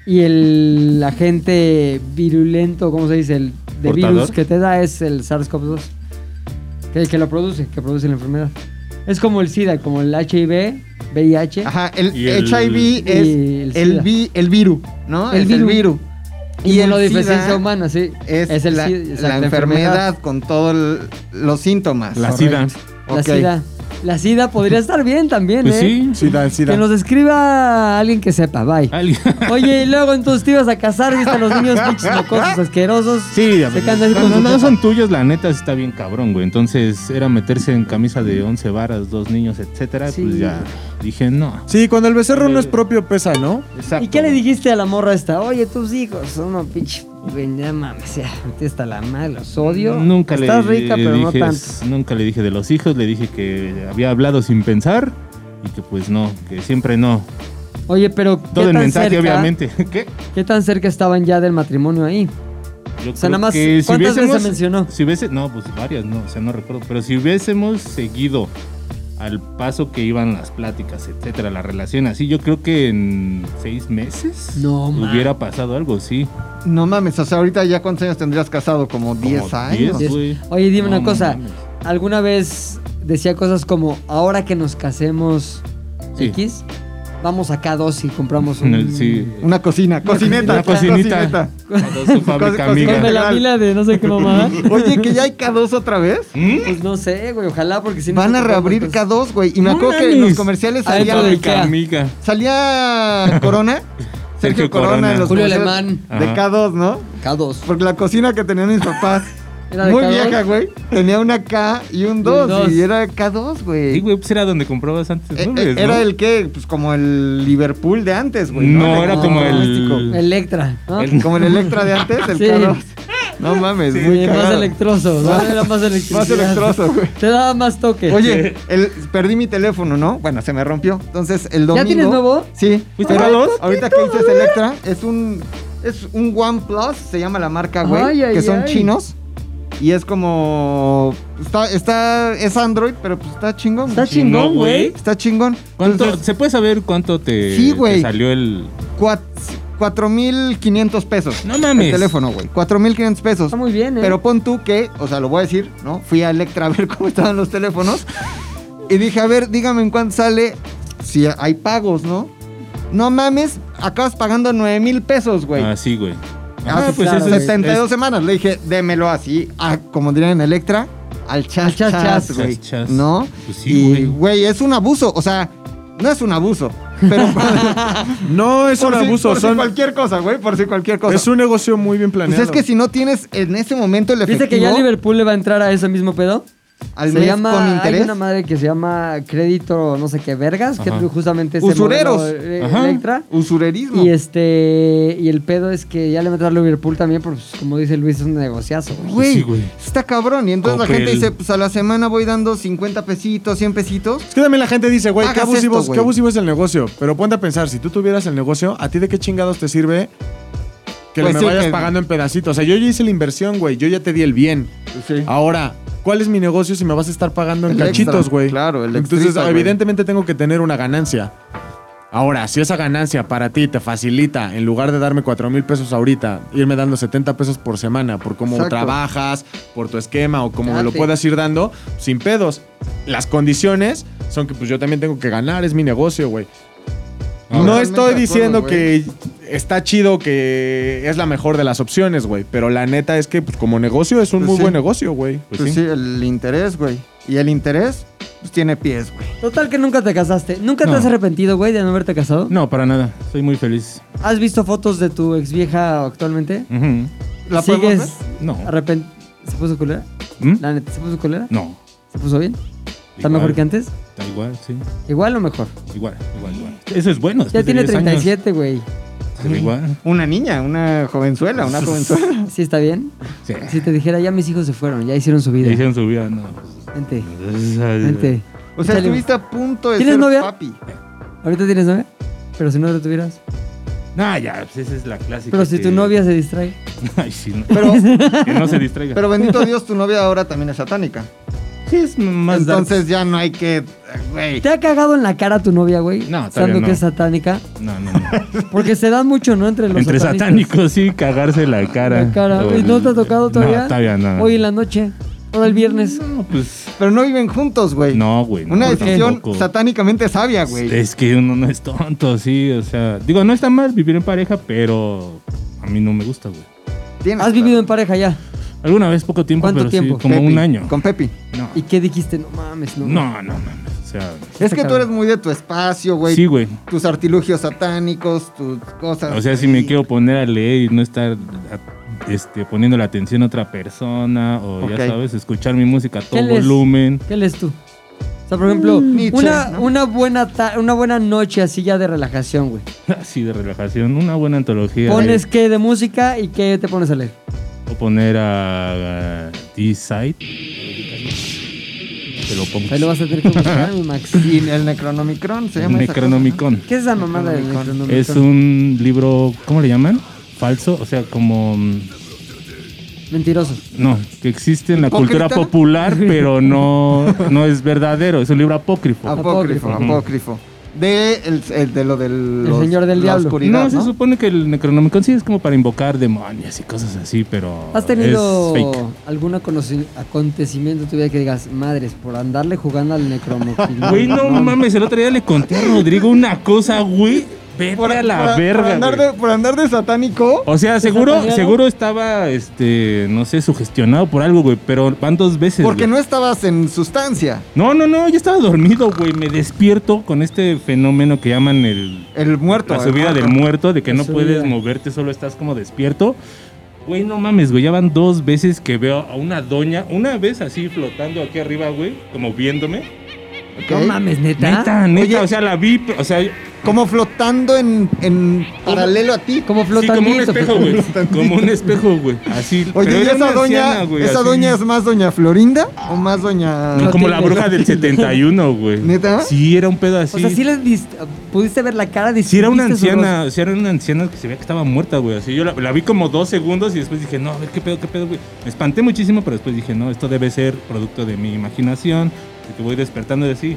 Y el agente virulento, ¿cómo se dice? El de ¿Portador? virus que te da es el SARS-CoV-2. Que, que lo produce, que produce la enfermedad. Es como el SIDA, como el HIV, VIH. Ajá, el, Y el- HIV y el es el, SIDA. vi- el virus, ¿no? El Es viru. viru. y la SIDA deficiencia humana, sí. es, el la, SIDA, es la enfermedad con todos los síntomas. La sida. La Ok. SIDA. La SIDA podría estar bien también, Pues ¿eh? sí. Sí, da, sí, da. Que nos escriba alguien que sepa, bye. Alguien- Oye, y luego entonces te ibas a casar, viste a los niños pinches mocosos, asquerosos. Sí, ya, se pues, quedan ahí con cuando su no jefa. son tuyos, la neta sí está bien cabrón, güey. Entonces era meterse en camisa de 11 varas, dos niños, etcétera. Sí. Pues ya dije, no. Sí, cuando el becerro Eh. no es propio pesa, ¿no? Exacto. ¿Y qué le dijiste a la morra esta? Oye, tus hijos son unos pinche. ven, Ya mames, ya, te está la madre, los odio. Nunca le Estás rica, pero no dije- tanto. Nunca le dije de los hijos, le dije que había hablado sin pensar y que pues no, que siempre no. Oye, pero. ¿qué Todo el tan mensaje, cerca- obviamente. <laughs> ¿Qué? ¿Qué tan cerca estaban ya del matrimonio ahí? Yo sea, creo nada más, que si ¿cuántas veces hubiésemos- se mencionó? Si hubiese, no, pues varias, no, o sea, no recuerdo. Pero si hubiésemos seguido al paso que iban las pláticas, etcétera, la relación, así, yo creo que en seis meses No, man. hubiera pasado algo, sí. No mames, o sea, ahorita ya cuántos años tendrías casado, como 10 años. diez, güey. Oye, dime No, una cosa. mames. ¿Alguna vez decía cosas como, ahora que nos casemos Sí. X, vamos acá dos y compramos En un. el- <laughs> sí. Una cocina, cocineta. Una cocinita. cocineta. Cuando su fábrica Cos- amiga. Con melamila de no sé qué mamada. <laughs> Oye, que ya hay K2 otra vez. ¿Mm? Pues no sé, güey, ojalá porque si no Van a se reabrir ocupan, K2, güey. Y me No acuerdo que en mames. los comerciales salía, Adentro de Fábrica Ikea. amiga. salía <laughs> Corona. Sergio Sergio Corona, Corona. en los Julio comerciales Alemán. De Ajá. K2, ¿no? pues, K2. Porque la cocina que tenían mis papás, Era de muy K2. vieja, güey, tenía una K y un 2. dos. Y, era K2, güey. Sí, güey, pues era donde comprabas antes Eh, eh, nobles, era Pues, ¿no? el que, pues como el Liverpool de antes, güey. No, De era que- como <laughs> no, el- Electra, ¿no? Eh, El- Como el Electra de antes, el Sí. K2. No mames, Sí, muy más cagado. electroso, ¿no? Era más electricidad. Más electroso, <laughs> güey. Te daba más toque. Oye, el- perdí mi teléfono, ¿no? Bueno, se me rompió. Entonces, el domingo. tienes nuevo? Sí. ¿Fuiste Pero a dos? Ahorita que dices Electra, es un es un OnePlus, se llama la marca, güey, Ay, ay, que son ay. chinos. Y es como está está es Android, pero pues está chingón. Está güey. chingón, güey. Está chingón. ¿Cuánto, Entonces, ¿Se puede saber cuánto te, Sí, te güey. salió el...? cuat- 4.500 pesos. No mames. El teléfono, güey. 4.500 pesos. Está muy bien, ¿eh? Pero pon tú que, o sea, lo voy a decir, ¿no? Fui a Electra a ver <laughs> cómo estaban los teléfonos. Y dije, a ver, dígame en cuánto sale si hay pagos, ¿no? No mames, acabas pagando 9 mil pesos, güey. Ah, sí, güey. Ah, Ah, pues claro, eso es- 72 es- semanas. Le dije, démelo así, a- como dirían en Electra, al chas, Al chas, chas, chas. güey. Chas, chas. ¿No? Pues sí, y, güey. güey, es un abuso. O sea, no es un abuso. Pero <laughs> No es un por si- abuso, por si son- cualquier cosa, güey. Por si cualquier cosa. es un negocio muy bien Pues planeado. es que si no tienes en ese momento el efectivo... ¿Viste que ya Liverpool le va a entrar a ese mismo pedo? al se mes llama, con Hay interés. una madre que se llama crédito no sé qué vergas, que Ajá. es justamente es eh, Usureros. Ajá. Electra. Usurerismo. Y este y el pedo es que ya le va a entrar Liverpool también, porque pues, como dice Luis, es un negociazo. güey. Güey, Sí, güey. está cabrón. Y entonces la Coppel. gente dice, pues a la semana voy dando 50 pesitos, 100 pesitos. Es que también la gente dice, güey, qué Hagas abusivo, esto, güey. qué abusivo es el negocio. Pero ponte a pensar, si tú tuvieras el negocio, ¿a ti de qué chingados te sirve que Pues me sí, vayas que- pagando en pedacitos? O sea, yo ya hice la inversión, güey. Yo ya te di el bien. Ah, Ahora, ¿cuál es mi negocio si me vas a estar pagando en El extra, cachitos, güey? claro, el Entonces, extrita, güey. evidentemente tengo que tener una ganancia. Ahora, si esa ganancia para ti te facilita, en lugar de darme 4 mil pesos ahorita, irme dando 70 pesos por semana por cómo Exacto. trabajas, por tu esquema o como me lo Date. puedas ir dando, sin pedos. Las condiciones son que pues yo también tengo que ganar, es mi negocio, güey. No Totalmente de estoy acuerdo, diciendo güey. que está chido, que es la mejor de las opciones, güey. Pero la neta es que pues, como negocio es un Pues muy sí. buen negocio, güey. Pues, sí. el interés, güey. Y el interés, pues tiene pies, güey. Total que nunca te casaste. ¿Nunca te No. has arrepentido, güey, de no haberte casado? No, para nada. Soy muy feliz. ¿Has visto fotos de tu ex vieja actualmente? Ujú. ¿La podemos ¿Sigues ver? No. arrepent- ¿Se puso culera? ¿Mm? La neta, ¿se puso culera? No. ¿Se puso bien? ¿Está Igual. mejor que antes? Está igual, sí. ¿Igual o mejor? Igual, igual, igual. Eso es bueno. Ya después de tiene 10 años. 37, güey. Pero Igual. Una niña, una jovenzuela, una <laughs> jovenzuela. ¿Sí está bien? Sí. Si te dijera, ya mis hijos se fueron, ya hicieron su vida. Le hicieron su vida, no. Vente, Gente. vente. O sea, Échale. estuviste a punto de ¿Tienes ser novia? <laughs> papi. Ahorita tienes novia, pero si no la tuvieras. No, ya, pues esa es la clásica. Pero si que- tu <laughs> novia se distrae. Ay, sí, no. Pero, que no se distraiga. pero bendito Dios, tu novia ahora también es satánica. sí es más Entonces ya no hay que. eh, Güey. ¿Te ha cagado en la cara tu novia, güey? No, todavía Sabiendo no. que es satánica. dark. No, <laughs> no, no. Porque se dan mucho, ¿no? Entre los Entre satanistas. satánicos, sí, cagarse la cara. La cara. O ¿Y no te ha el- tocado todavía? No, todavía nada. Hoy en la noche, ahora el viernes. No, pues. Pero no viven juntos, güey. No, güey. no, Una decisión tampoco. satánicamente sabia, güey. Es que uno no es tonto, sí. O sea, digo, no está mal vivir en pareja, pero a mí no me gusta, güey. Tienes- Has vivido en pareja ya. Alguna vez, poco tiempo, ¿Cuánto pero tiempo? sí, como Pepi, un año. Con Pepi. No, ¿Y qué dijiste? No mames, no. no, no, no, no. O sea, Es que tú cabrón. eres muy de tu espacio, güey. sí, güey. Tus artilugios satánicos, tus cosas. O sea, si me quiero poner a leer y no estar a- este, poniendo la atención a otra persona, o Ok. ya sabes, escuchar mi música a todo ¿Qué lees? volumen. <laughs> ¿Qué lees tú? O sea, por ejemplo, Nietzsche, una, ¿no? una, buena ta- una buena noche así ya de relajación, güey. Así de relajación, una buena antología. ¿Pones qué de música y qué te pones a leer? O poner a, a D-Side. Te lo pongo. Ahí lo vas a tener que buscar, mi <laughs> Max. Y el Necronomicron se llama. esa cosa, ¿no? Necronomicon. ¿Qué es esa mamada del Necronomicon? Es un libro, ¿cómo le llaman? Falso, o sea, como... mm, Mentiroso. No, que existe en la ¿Hipócrita? cultura <laughs> popular, pero no, no es verdadero, es un libro apócrifo. Apócrifo, Ujú. apócrifo. De, el, el- de lo del. El señor del la diablo. oscuridad, No, se ¿no? supone que el Necronomicon sí es como para invocar demonios y cosas así, pero ¿Has es fake. tenido algún aconoci- acontecimiento en tu vida que digas, madres, por andarle jugando al Necronomicon? Güey, <laughs> no mames, el otro día le conté a Rodrigo una cosa, güey. Vete a la verga, por andar, güey. de, por andar de satánico. O sea, seguro, seguro estaba, este, no sé, sugestionado por algo, güey, pero van dos veces. Porque güey. no estabas en sustancia. No, no, no, yo estaba dormido, güey. Me despierto con este fenómeno que llaman el, El muerto. la el subida del muerto. muerto, de que La no puedes subida. moverte, solo estás como despierto. Güey, no mames, güey. Ya van dos veces que veo a una doña, una vez así flotando aquí arriba, güey, como viéndome. No Ok. mames, neta. Neta, neta, Oye. o sea, la vi, o sea, Como flotando en, en paralelo a ti. Como sí, como un flotandito. espejo, <laughs> güey. Como un espejo, güey. Así. pero Oye, ¿y era esa una doña, anciana, güey, esa así. doña es más doña Florinda o más doña. No, como la bruja <laughs> del 71, güey. ¿Neta? Sí, era un pedo así. O sea, sí le dist- pudiste ver la cara de Sí, era una anciana, sí, era una anciana que se veía que estaba muerta, güey. Así yo la, la vi como dos segundos y después dije, no, a ver qué pedo, qué pedo, güey. Me espanté muchísimo, pero después dije, no, esto debe ser producto de mi imaginación, de que voy despertando de así.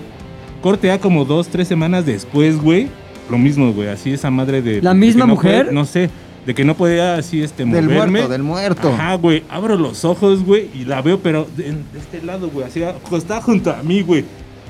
Corte a como dos, tres semanas después, güey. Lo mismo, güey, así esa madre de. ¿La de misma que no mujer? podía- no sé, de que no podía así, este, Del moverme. muerto, del muerto. Ajá, güey. Abro los ojos, güey, y la veo, pero de, de este lado, güey. Así, está junto a mí, güey.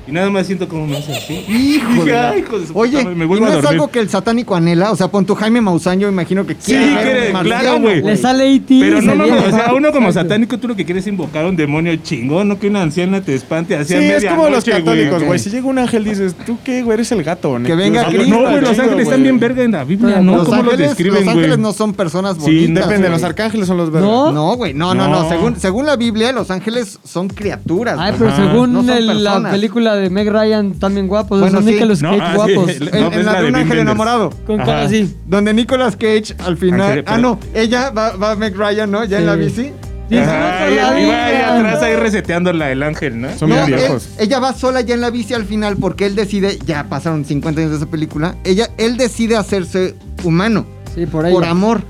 Y nada más siento como me hace así. Hijo de Dije, la- "Ay, hijo de su puta Oye, madre, me ¿y vuelvo no a es dormir. algo que el satánico anhela? O sea, pon tu Jaime Maussan, yo imagino que Sí, quiere ver quiere, un marciano, claro, güey. Le sale IT. Pero no mames, o sea, uno satánico como satánico, tú lo que quieres es invocar a un demonio chingón, no que una anciana te espante así Sí, a es media como los noche, católicos, güey. güey. Ah, Si llega un ángel, dices, ¿tú qué, güey? Eres el gato. Que venga No, Cristo, güey, los chingo, ángeles están bien verga en la Biblia, ¿no? Los ¿Cómo los ángeles, describen, los güey? ángeles no son personas Sí, bonitas. Depende, güey. los arcángeles son los verdes. No. No, güey, no, no, no. No. Según, según la Biblia, los ángeles son criaturas. Ay, güey. pero Ajá. según No son el- la personas. película de Meg Ryan, también guapos. Bueno, Bueno, son sí. Nicolas No, Cage ah, sí. guapos. Le- En, No, en ves la la de de un Wim ángel Wenders. enamorado. Con Ajá. cara así. Donde Nicolas Cage al Ah, final. sí, Ah, pero- no, ella va, va Meg Ryan, ¿no? Ya en la Sí. bici. Sí, Ajá, sí, con la y ahí va Biblia. ahí atrás ahí reseteándola el ángel, ¿no? eh, Son No, bien él- viejos. ella va sola ya en la bici al final porque él decide, ya pasaron 50 años de esa película, ella, él decide hacerse humano Sí, por ahí. por amor.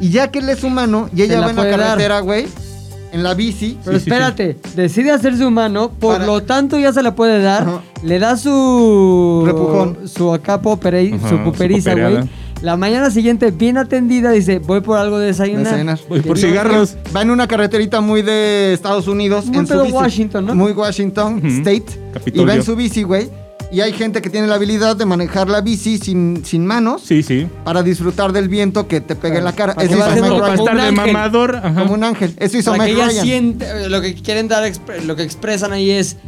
Y ya que él es humano y Se ella la va en la puede dar. carretera, güey, en la bici, Pero Sí, sí, espérate, decide hacerse humano, por Para- lo tanto ya se la puede dar. Ajá. Le da su. Repujón. Su acá poperi- Ajá, su su puperiza, güey. popereada. La mañana siguiente, bien atendida, dice: Voy por algo de desayunar. Desayunar. Voy por cigarros. va en una carreterita muy de Estados Unidos. Muy en su pedo bici. Washington, ¿no? Muy Washington Ujú. State. Y va Capitolio. en su bici, güey. Y hay gente que tiene la habilidad de manejar la bici sin, sin manos Sí, sí. para disfrutar del viento que te pega en la cara. Para Eso que hizo baje Meg como- Para Ryan. como estar un de ángel. mamador. Ajá. Como un ángel. Eso hizo Para que Meg ella Ryan. siente, lo que quieren dar, exp- lo que expresan ahí es,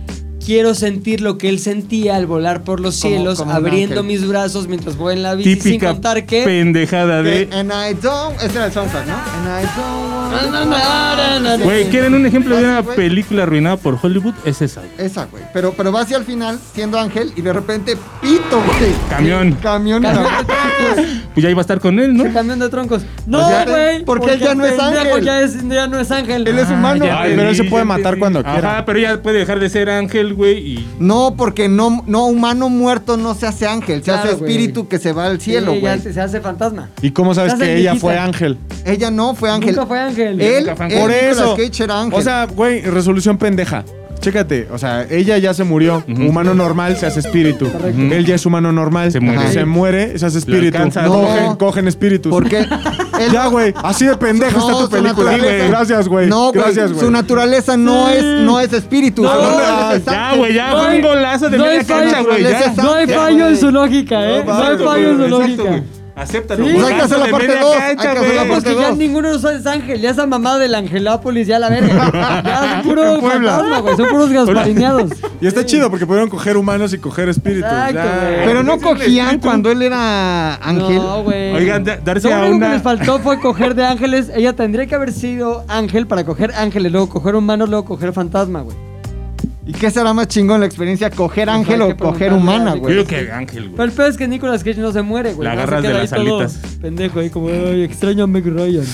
quiero sentir lo que él sentía al volar por los Como- cielos, como un abriendo ángel. mis brazos mientras voy en la bici, sin Típica contar que... pendejada Que- de... And I don't. Ese era el soundtrack, ¿no? And I don't. Na, na, na, na, na. Güey, ¿quieren un ejemplo de una Güey. película arruinada por Hollywood? Es esa. güey. Esa, güey. Pero, pero va hacia el final siendo ángel y de repente pito, güey. Camión. Camión. en la- Pues ya iba a estar con él, ¿no? Se cambian de troncos. No, Pues ya- güey. porque él ya no es el pendejo ángel. Ya, es- ya no es ángel. Él es humano. ya Ay, entendí, pero él se ya puede matar entendí. cuando Ajá, quiera. pero ella puede dejar de ser ángel, güey, y No, porque no, no humano muerto no se hace ángel, se Claro, hace espíritu güey. que se va al Sí, cielo, ya güey. se se hace fantasma. ¿Y cómo sabes Estás en que ella viejita. fue ángel? Ella no fue ángel. Nunca fue ángel. Él, Nunca fue ángel. él Por eso. Nicolas Cage era ángel. O sea, güey, resolución pendeja. Chécate, o sea, ella ya se murió. Humano normal se hace espíritu. Correcto. Él ya es humano normal. Se muere. Ajá. Se muere, se hace espíritu. alcanza, ¿no? cogen, cogen <laughs> espíritus. porque él- Ya, güey. Así de pendeja No, está tu su película. naturaleza- güey. Gracias, güey. No, güey, Gracias, güey. su naturaleza no es no es espíritu. No, su no, naturaleza es Ya, ángel. Ah, güey, ya No fue hay- un golazo de no hay media cancha, fallo. güey. Ese Ya. es No hay ángel, fallo en güey. su lógica, ¿eh? No hay Exacto, fallo en su güey, exacto, lógica. güey. Acéptalo. Sí. golazo Hay que hacer la de parte media dos, hay cancha, que hacer la güey. parte Porque ya dos. ninguno es ángel, ya esa mamada del Angelápolis, ya la verga. <laughs> Ya es puro fantasma, güey. Son puros gasparineados. <laughs> Y está chido porque pudieron coger humanos y coger espíritus. Exacto, ya. güey. Pero no Ese es el cogían espíritu. cuando él era ángel. No, güey. Oigan, da- darse Lo a único una- que les faltó fue coger de ángeles. Ella tendría que haber sido ángel para coger ángeles, luego coger humanos, luego coger fantasma, güey. ¿Y qué será más chingón la experiencia coger Pues hay ángel que o coger preguntarle humana, a- Yo güey? Creo que ángel, Pero güey. el peor es que Nicolas Cage no se muere, güey. La No, se agarras queda de ahí las todo alitas. Pendejo ahí como, ay, extraño a Meg <laughs> Ryan.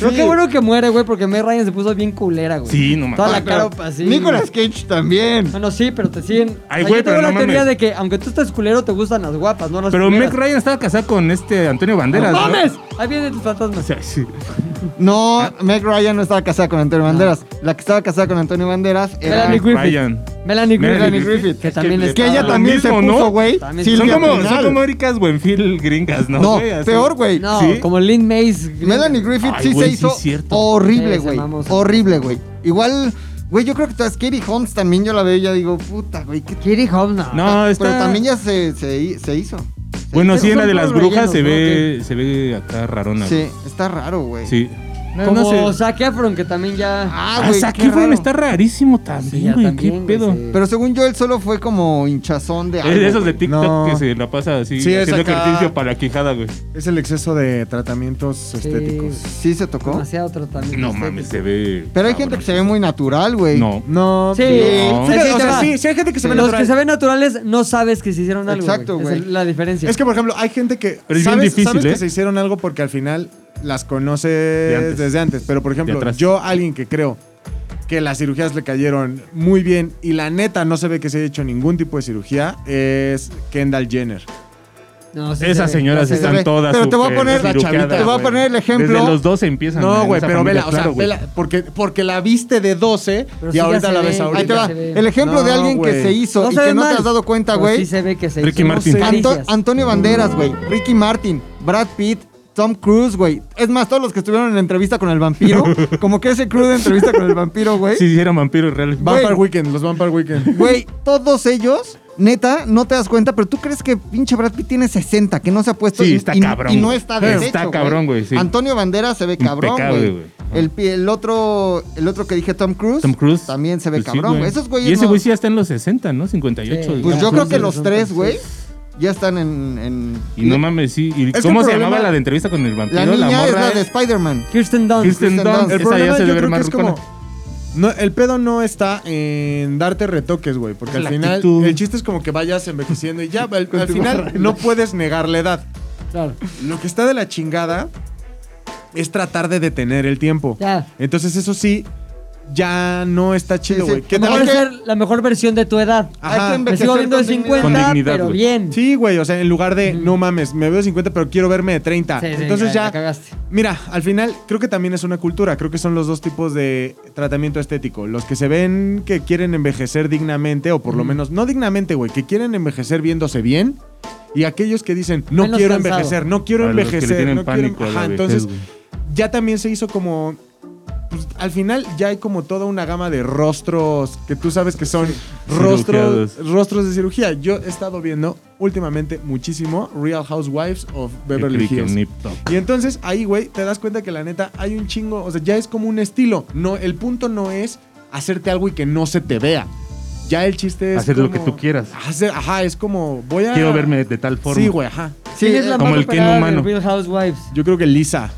Pero qué bueno que muere, güey, porque Meg Ryan se puso bien culera, güey. Sí, no mames. Toda la Ah, pero cara así. Nicolas Cage también. Bueno, sí, pero te siguen. Ay, O sea, güey, yo tengo pero la no teoría mames. de que aunque tú estés culero, te gustan las guapas, pues, no las Pero culeras. Meg Ryan estaba casada con este Antonio Banderas. ¡No ¿no? mames! Ahí vienen tus fantasmas. O sea, <laughs> sí. No, Ah. Meg Ryan no estaba casada con Antonio Banderas. La que estaba casada con Antonio Banderas era Melanie Griffith. Ryan. Melanie Griffith. Melanie Griffith. Que también Es Es que ella estaba- también se mismo, puso, ¿no? güey. También Silvia Son como, son Pinal. como Ericas Buenfil gringas, ¿no? No, güey? Así. peor, güey. No, ¿Sí? como Lynn Mays. gringa. Melanie Griffith Ay, sí güey, se sí hizo es cierto. horrible, Sí, se güey. mamó, se Horrible, güey. Igual, güey, yo creo que todas Katie Holmes también yo la veo y ya digo, puta, güey, qué Kitty Holmes, no. No, Ah, está... Pero también ya se, se, se hizo. Bueno, sí, en la son de las puros brujas se ve, rellenos, se ve acá rarona. Sí, güey. está raro, güey. Sí. No, Como no sé. Zac Efron, que también ya. Ah, Ah, güey. Zac qué Efron raro. está rarísimo Sí, ya también, güey. ¿Qué también, güey, pedo? sí. Pero según yo, él solo fue como hinchazón de Es de esos de TikTok No. que se la pasa así, Sí, es haciendo acá. ejercicio para la quijada, güey. Es el exceso de tratamientos estéticos. Sí, se Ah, tocó. Demasiado tratamiento. No estético. mames, se ve. Pero hay gente que se ve muy natural, güey. Ah, No. No. Sí, No. o sea, sí o te sea, va. sí, sí hay gente que se ve Los natural. que se ven naturales no sabes que se hicieron algo. Exacto, Exacto, güey. güey. Esa Es la diferencia. Es que, por ejemplo, hay gente que. Pero es bien sabes, difícil, sabes ¿eh? que se hicieron algo porque al final las conoces antes. desde antes. Pero, por De ejemplo, atrás. yo, alguien que creo que las cirugías le cayeron muy bien y la neta no se ve que se haya hecho ningún tipo de cirugía, es Kendall Jenner. No, sí Esas se ve, señoras no se están ve. todas. Pero te voy a súper poner- cirujadas, La chavita, Te voy a güey. poner el ejemplo. Desde los 12 empiezan. No, en güey, esa pero familia, vela, o sea, claro, güey. vela, porque, porque la viste de 12 Pero y sí, ya ahorita se la ve, ves ya ahorita. Ahí te va. se ve. El ejemplo de No, alguien que güey. se hizo No y se que ve no mal, te has dado cuenta, pero güey. Sí se ve que se Ricky hizo. Martin. No sé. Anto- Antonio Banderas, güey. Ricky Martin. Brad Pitt. Tom Cruise, güey. Es más, todos los que estuvieron en la entrevista con <laughs> el vampiro, como que ese crew de entrevista con el vampiro, güey. Si hicieran vampiros reales. Va- Vampire Güey. Weekend, los Vampire Weekend. Güey, <laughs> todos ellos, neta, no te das cuenta, pero tú crees que pinche Brad Pitt tiene 60, que no se ha puesto Sí, y- está y, cabrón, y no güey. está Está deshecho. cabrón, güey, sí. Antonio Bandera se ve cabrón, Impecable, güey. güey. Ajá. El, pi- el otro el otro que dije Tom Cruise, Tom Cruise. también se ve Pues sí, cabrón, güey. Esos güeyes Y ese no- güey sí ya está en los 60, ¿no? 58. Sí. pues digamos. yo Tom creo que Cruise los son tres, tan- güey, ya están en, en- Y no mames, sí. ¿Y que ¿Cómo el se problema- llamaba la de entrevista con el vampiro? La niña es morra ¿eh? la de Spider-Man. Kirsten Dunst. Kristen Kristen Dunst. Dunst. <laughs> El Esa ya problema se yo debe ver creo que más es como... No, el pedo no está en darte retoques, güey, porque al La final actitud. el chiste es como que vayas envejeciendo y ya, al, al final no puedes negar la edad. Claro. Lo que está de la chingada es tratar de detener el tiempo. Ya. Entonces eso sí, ya no está chido, sí. güey. ¿Qué No, tal? Mejor que- ser la mejor versión de tu edad. Ajá. Hay que Me sigo envejecer viendo de con 50, dignidad. Con dignidad, pero güey. bien. Sí, güey, o sea, en lugar de, no mames, me veo de 50, pero quiero verme de 30. Sí, sí, Entonces ya, ya, la cagaste. mira, al final creo que también es una cultura, creo que son los dos tipos de tratamiento estético, los que se ven que quieren envejecer dignamente, o por lo menos, no dignamente, güey, que quieren envejecer viéndose bien, y aquellos que dicen, no Menos quiero cansado. envejecer, no quiero A los que le envejecer, tienen no quiero... pánico a la Ajá, vejez, entonces güey. ya también se hizo como... pues, al final ya hay como toda una gama de rostros que tú sabes que son rostros, Cirugiados. rostros de cirugía. Yo he estado viendo últimamente muchísimo Real Housewives of Beverly Yo creí que Hills. Nip Tuck. Y entonces ahí, güey, te das cuenta que la neta hay un chingo, o sea, ya es como un estilo. No, el punto no es hacerte algo y que no se te vea. Ya el chiste es Hacer lo que como- tú quieras. Hacer- ajá, es como voy a Quiero verme de tal forma. Sí, güey, ajá. Sí, ¿Quién es la Como más el Ken operada de humano. Real Housewives? Yo creo que Lisa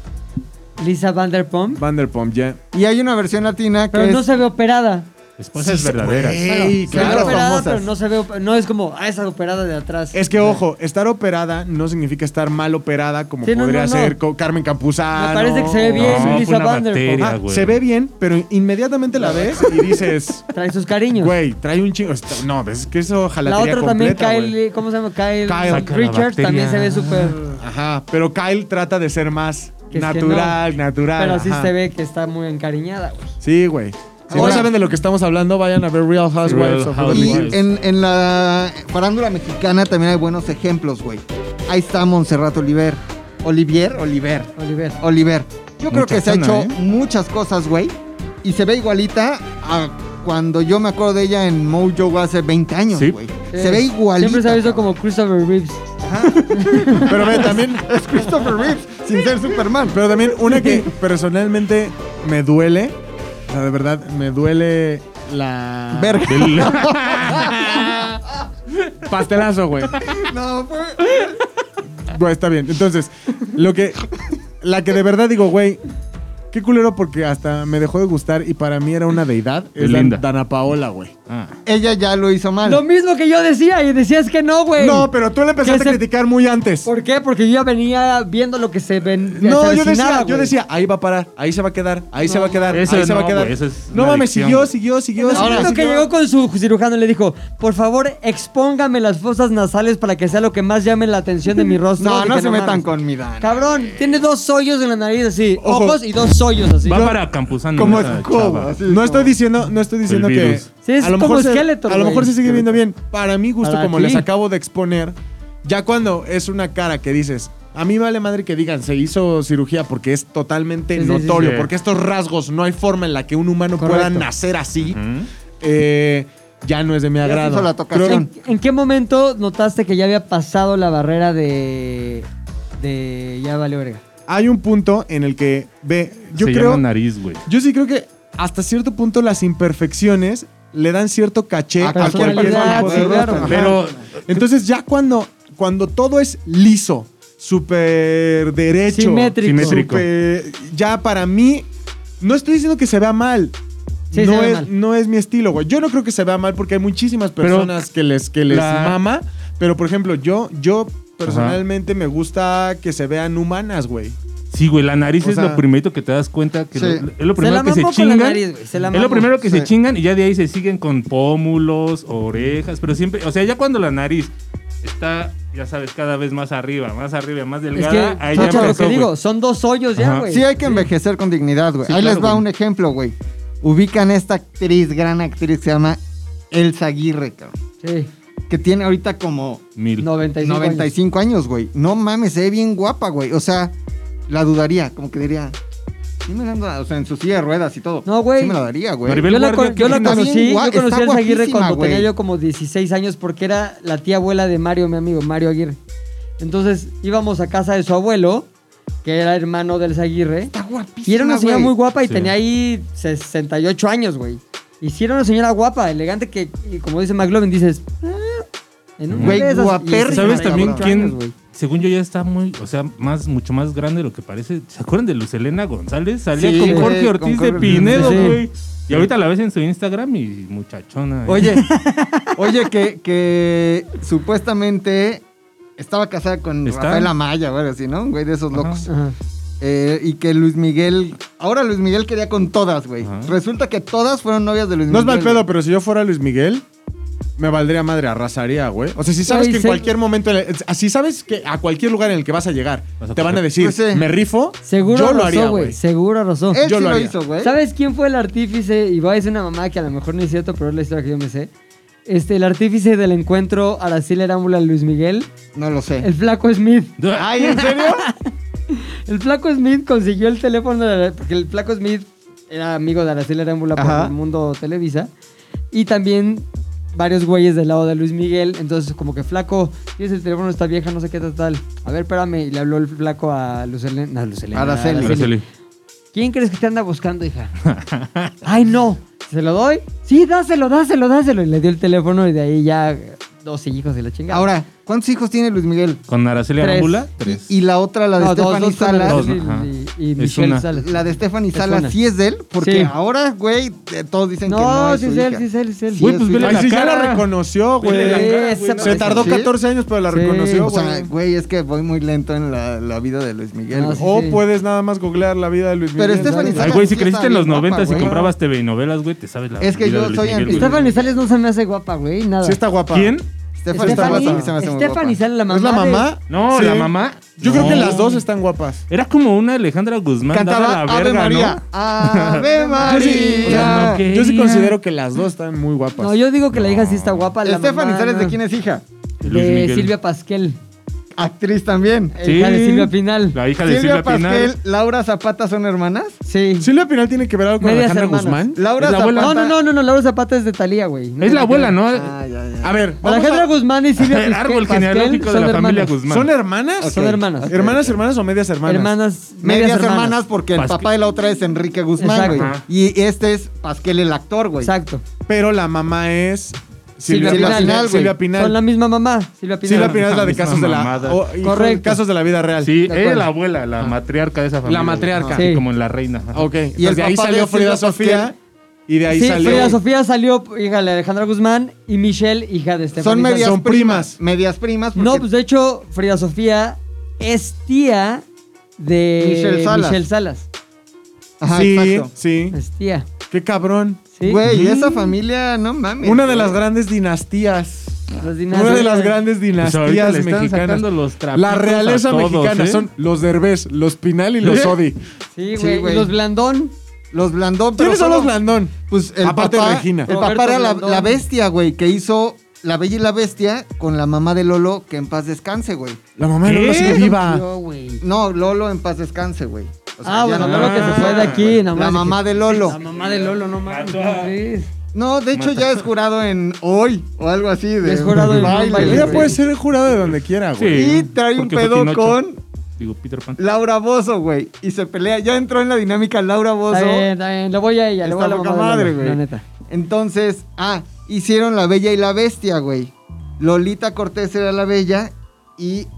Lisa Vanderpump. Vanderpump ya. y hay una versión latina que Pero es no se ve operada. Esposa es verdadera. Ey, Se ve claro. operada, Famosas. pero no se ve. op- No es como, ah, esa operada de atrás. Es que, ojo, estar operada no significa estar mal operada como Sí, no, podría no, no. ser co- Carmen Campuzano. Me parece que se ve bien No, fue Lisa una Vanderpump. bacteria. Ah, güey. se ve bien, pero inmediatamente la ves y dices, Ah, trae sus cariños. güey, trae un chingo. Está- No, es que eso ojalá la otra también, completa, Kyle. güey. ¿Cómo se llama? Kyle, Kyle. Saca la Richards bacteria. también se ve súper. Ajá, pero Kyle trata de ser más que es que natural, no. natural. Pero sí ajá. se ve que está muy encariñada, güey. Sí, güey. Si Ahora- no saben de lo que estamos hablando, vayan a ver Real Housewives Real of Housewives. Beverly Y Hills. en, en la farándula mexicana también hay buenos ejemplos, güey. Ahí está Montserrat Oliver. Olivier, Oliver. Oliver. Oliver. Yo creo que se ha hecho Muchachona, ¿eh? muchas cosas, güey. Y se ve igualita a cuando yo me acuerdo de ella en Mojo hace 20 años, Sí. güey. Se ve Sí. igualita. Eh, Siempre se ha visto como Christopher Reeves. Pero ve, <laughs> también, <laughs> Es Christopher Reeves, sin ser Superman. pero también una que personalmente me duele. O sea, de verdad, me duele la. Verga. <laughs> Pastelazo, güey. No, fue- Güey, está bien. Entonces, lo que. La que de verdad digo, güey. Qué culero porque hasta me dejó de gustar y para mí era una deidad. Es Dan- Linda. Dana Paola, güey. Ah. Ella ya lo hizo mal. Lo mismo que yo decía y decías que no, güey. Ah. No, pero tú la empezaste Que a se- criticar muy antes. ¿Por qué? Porque yo ya venía viendo lo que se ven. No, se yo avecinaba, decía, yo güey. decía, ahí va a parar, ahí se va a quedar, ahí se va a quedar, ahí Eso se va a no, quedar. güey, eso es no una mames, adicción, siguió, güey. siguió, siguió, Yo siguió. siento que siguió. llegó con su cirujano y le dijo, por favor, expóngame las fosas nasales para que sea lo que más llame la atención de mi rostro. no, Dije, no se metan mames. con mi Dan. Cabrón, tiene dos hoyos en la nariz así, Ojo. ojos y dos hoyos así. Va para Campuzano. Como esa escoba, Mm, ah, chava. así. No estoy diciendo, no estoy diciendo El que. virus. Sí, es a lo como mejor se- Skeletor, A lo güey. mejor se sigue viendo bien. Para mí, gusto, Para como ti. les acabo de exponer, ya cuando es una cara que dices. A mí vale madre que digan, se hizo cirugía porque es totalmente Sí, sí, sí, notorio, sí. porque estos rasgos no hay forma en la que un humano pueda Correcto. nacer así. Ujú. eh, ya no es de mi se agrado. hizo la tocación. ¿En, en qué momento notaste que ya había pasado la barrera de... de... ya vale verga? hay un punto en el que ve, yo se creo, llama nariz, güey. yo sí creo que hasta cierto punto las imperfecciones le dan cierto caché a cualquier Personalidad, Ah, persona. sí, claro. Ajá. Pero entonces ya cuando cuando todo es liso, súper derecho, Simétrico. Simétrico. súper- ya para mí no estoy diciendo que se vea mal. Sí, no, se ve es, mal. no es mi estilo, güey. Yo no creo que se vea mal porque hay muchísimas Pero personas que les, que les la- mama. Pero, por ejemplo, yo, yo personalmente me gusta que se vean humanas, güey. sí, güey, la nariz O es sea- lo primerito que te das cuenta que Sí. lo- es Se lo primero la que se mamó con la chingan. nariz, güey, se la es mamó. lo primero que Sí. se chingan y ya de ahí se siguen con pómulos, orejas, pero siempre, o sea, ya cuando la nariz está, ya sabes, cada vez más arriba, más arriba, más Es delgada, que, ahí ya Chacha, lo empezó, que güey. digo, son dos hoyos ya, Ajá. güey. Sí hay que envejecer con dignidad, güey. Sí, Ahí claro, les va güey. un ejemplo, güey. Ubican a esta actriz, gran actriz, que se llama Elsa Aguirre, cabrón, Sí, que tiene ahorita como Mil. 95 años. 95 años, güey. No mames, se ve bien guapa, güey. O sea, la dudaría, como que diría. Sí me la han dado, o sea, en su silla de ruedas y todo. No, güey. Sí me la daría, güey. Maribel Yo la, Guardia, con- ¿qué yo la tiene? Está bien conocí, guau- yo conocí a está Elsa Aguirre cuando guapísima, tenía güey. yo como 16 años porque era la tía abuela de Mario, mi amigo, Mario Aguirre. Entonces íbamos a casa de su abuelo, que era hermano del Elsa Aguirre. Está guapísima, Y era una señora güey. muy guapa y Sí. tenía ahí 68 años, güey. Y sí era una señora guapa, elegante que, y como dice McLovin, dices... "Ah, en una Güey, de esas", y guapérrima, ¿Sabes ¿Sabes también 68 quién? años, <laughs> güey. según yo ya está muy, o sea, más, mucho más grande de lo que parece. ¿Se acuerdan de Lucelena González? Salía Sí, con güey, Jorge con Ortiz Jorge de Ortiz, Pinedo, sí. güey. Y ahorita la ves en su Instagram y muchachona. eh. Oye, oye, que, que supuestamente estaba casada con Está. Rafael Amaya o algo así, ¿no? Un Güey, de esos Ajá. locos. Ajá. Eh, y que Luis Miguel. Ahora Luis Miguel quería con todas, güey. Ajá. Resulta que todas fueron novias de Luis No es Miguel. mal güey. pedo, pero si yo fuera Luis Miguel, me valdría madre, arrasaría, güey. O sea, si sabes Güey, que en se- cualquier momento, en el- así sabes que a cualquier lugar en el que vas a llegar, Vas a te van a coger. decir, Pues sí. me rifo, Seguro yo lo arrasó, haría, güey. güey. Seguro arrasó. Él Yo sí lo lo, haría. hizo, güey. ¿Sabes quién fue el artífice? Y voy a decir una mamá que a lo mejor no es cierto, pero es la historia que yo me sé. Este, el artífice del encuentro Araceli Arámbula Luis Miguel, No lo sé. el flaco Smith. Ay, ¿en serio? El flaco Smith consiguió el teléfono de Ara- porque el flaco Smith era amigo de Araceli Arámbula por Ajá. el mundo Televisa y también varios güeyes del lado de Luis Miguel, entonces como que flaco, tienes el teléfono de esta vieja, no sé qué tal, tal. A ver, espérame, y le habló el flaco a Lucelena, no, Lucelena, Araceli. Araceli. ¿Quién crees que te anda buscando, hija? <laughs> Ay, no. ¿Se lo doy? Sí, dáselo, dáselo, dáselo. Y le dio el teléfono y de ahí ya 12 hijos de la chingada. Ahora, ¿cuántos hijos tiene Luis Miguel? Con Araceli Tres. Arámbula, Y, tres. y la otra, la de No, dos, Stephanie dos con Salas. Dos, Araceli ¿no? Ajá. y, y Es Michelle una. Salas. La de Stephanie Es Salas una. sí es de él, porque Sí. ahora, güey, eh, todos dicen que no No, es sí su es él, hija. sí es él, sí es él. Güey, pues vele Ay, la sí, ya cara. la reconoció, Vele la güey. cara, Esa güey. Se tardó ¿Sí? 14 años, pero la Sí. reconoció, O güey. sea, güey, es que voy muy lento en la, la vida de Luis Miguel. No, güey. sí. O puedes nada más googlear la vida de Luis Miguel. Pero Stephanie ¿sabes? Ay, Salas güey, sí si creciste está en los bien guapa, noventas y güey. comprabas TV y novelas, güey, te sabes la Es que vida yo de Luis soy Miguel, güey. Stephanie Salas no se me hace guapa, güey, nada. Sí está guapa. ¿Quién? Stephanie Stephanie- Salas a mí se me hace muy Stephanie guapa. Salas, la mamá. ¿Es la de- mamá? No, Sí. la mamá. Yo No. creo que las dos están guapas. Era como una Alejandra Guzmán dada a Cantaba la verga, Ave María. <laughs> Ave O sea, no María. que- Yo sí considero que las dos están muy guapas. No, yo digo que la hija sí está guapa. La Stephanie mamá, Salas, ¿de no. quién es hija? ¿no? Luis De Miguel. Silvia Pasquel. Actriz también. Sí. Hija de Eh, Silvia Pinal. La hija de Silvia, Silvia, Pasquel, Pinal. Laura Zapata son hermanas. Sí. Silvia Pinal tiene que ver algo con Medias Alejandra hermanas. Guzmán. Laura Es la abuela. Zapata. No, no, no, no, no, Laura Zapata es de Talía, güey. Es la abuela, ¿no? Ah, ya, ya. A ver, vamos Alejandra a- Guzmán y Silvia El Pasquel- árbol Pasquel genealógico de son la familia hermanas. Guzmán. ¿Son hermanas? Son hermanas. Ok. ¿Hermanas, hermanas o medias hermanas? Hermanas. Medias, hermanas, porque el Pasquel. papá de la otra es Enrique Guzmán, Exacto. güey. Ajá. Y este es Pasquel el actor, güey. Exacto. Pero la mamá es. Silvia Silvia Pinal, Pinal. güey. Silvia Pinal. Son la misma mamá, Silvia Pinal. Silvia Pinal es la de Misma casos de la. mamada. o- hijo, Correcto. Casos de la vida real. Sí, De ella es acuerdo. la abuela, la matriarca de esa familia. güey. matriarca. Así Sí. como en La Reina. ajá. Ok. Y Y el de ahí papá de salió Frida Silvia Sofía. Y de ahí sí, salió. Frida Sofía salió, hija de Alejandra Guzmán, y Michelle, hija de Stephanie. Son Salas. medias Son primas. primas. Medias primas. No, porque- pues de hecho, Frida Sofía es tía de Michelle Salas. Michelle Salas. Ajá, sí, exacto. sí. Es tía. Qué cabrón. Sí. Güey, esa familia, no mames. Una de güey. las grandes dinastías. Las Una de las dinastías. grandes Pues ahorita dinastías le están mexicanas. sacando los trapitos La realeza a todos, mexicana ¿eh? son los Derbez, los Pinal y los ¿Eh? Odi. Sí, Sí, güey. güey. y los Blandón. Los Blandón. pero ¿Quiénes son los solo- Blandón? Pues el Aparte de papá, Regina. El Roberto papá era la, Blandón. la bestia, güey, que hizo La Bella y la Bestia con la mamá de Lolo, que en paz descanse, güey. La mamá de Lolo ¿Qué? sigue viva. Yo, güey. No, Lolo en paz descanse, güey. O sea, ah, ya bueno, no- no lo que se fue de aquí. nada más La de mamá que- de Lolo. La mamá de Lolo, no mames. Mató a- ¿cómo crees? No, de hecho ya es jurado en hoy o algo así. De Es jurado en un baile, Ella güey. puede ser el jurado de donde quiera, güey. Sí, Y trae un porque fue pedo Pinocho. con Digo, Peter Pan. Laura Bozo, güey. Y se pelea. Ya entró en la dinámica Laura Bozo. Está bien, está bien. Le voy a ella, le voy Está a la poca mamá de madre, Lolo, güey. La neta. Entonces, ah, hicieron La Bella y la Bestia, güey. Lolita Cortés era la Bella y.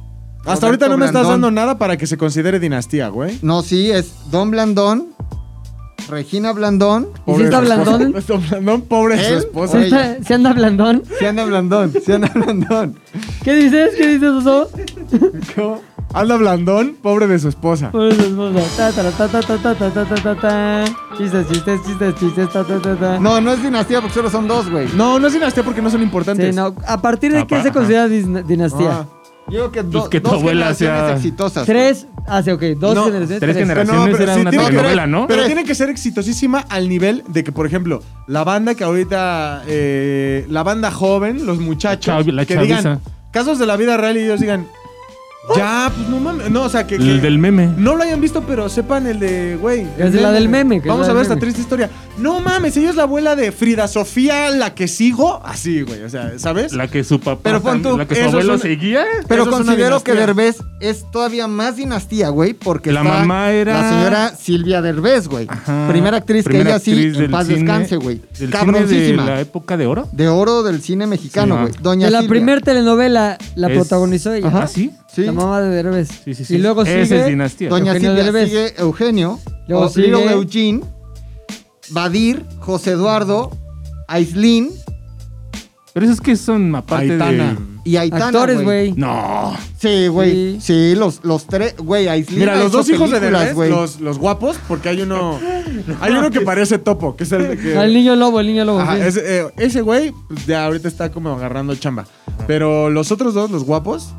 Roberto Hasta ahorita no me estás Blandón. dando nada para que se considere dinastía, güey. No, sí, es Don Blandón, Regina Blandón. ¿Y si Pobre está de su esposa. <laughs> Blandón? Está Blandón, pobre de su ¿Él? esposa. ¿Se, está- se anda Blandón? Sí anda Blandón, sí anda Blandón. ¿Qué dices? ¿Qué dices, Oso? Anda Blandón, pobre de su esposa. Por eso es mozo. Ta, ta, ta, ta, ta, ta, ta, ta, ta, ta. Chistes, chistes, chistes, chistes. ta, ta, ta, ta. No, no es dinastía porque solo son dos, güey. No, no es dinastía porque no son Sí, importantes. no. ¿A partir de Apa, qué se ajá. considera dis- dinastía? Ah. Yo creo que, do- Pues que tu dos abuela sea- generaciones exitosas. Tres. Ah, sí, ok. Dos No, generaciones. Tres generaciones No, pero era sí una tiene que- telenovela, ¿no? Pero tiene que ser exitosísima al nivel de que, por ejemplo, la banda que ahorita. eh, la banda joven, los muchachos. La chav- la que chaviza. digan casos de la vida real y ellos digan. Ya, pues no mames. No, o sea, que. que- El del meme. No lo hayan visto, pero sepan el de, güey. Es de la del meme, que es Vamos la a ver del esta meme. triste historia. No mames, ella es la abuela de Frida Sofía, la que sigo. Así, güey. O sea, ¿sabes? La que su papá. Pero pon también- tú, la que su eso es abuelo una- seguía. Pero Eso es una considero que dinastía. Derbez es todavía más dinastía, güey, porque La está mamá era- la señora Silvia Derbez, güey. Ajá. Primera actriz Primera que ella actriz sí, en del paz cine- descanse, güey. del cine de Cabroncísima. la De, época de oro. oro del cine mexicano, Sí, güey. ah. Doña De la Silvia. primera telenovela la Es- protagonizó ella. Ajá. ¿Ah, sí? Sí. La mamá de Derbez. Sí, sí, sí. Y luego Esa sigue es dinastía. Doña Eugenio Silvia Derbez. sigue Eugenio, Luego o- Little sigue- Eugene, Badir, José Eduardo, Aislin Pero esos que son aparte Aitana. de. y Aitana, Actores, güey. No. Sí, güey. Sí. Sí. los, los tres, güey, Aislin Mira, ha los hecho dos hijos de películas, Derbez, güey. los, los guapos, porque hay uno. <laughs> Hay uno que parece topo, que es el que. Ah, El niño lobo, el niño lobo. Ajá, sí. ese, eh, ese güey, pues, ya ahorita está como agarrando chamba. Pero los otros dos, los guapos,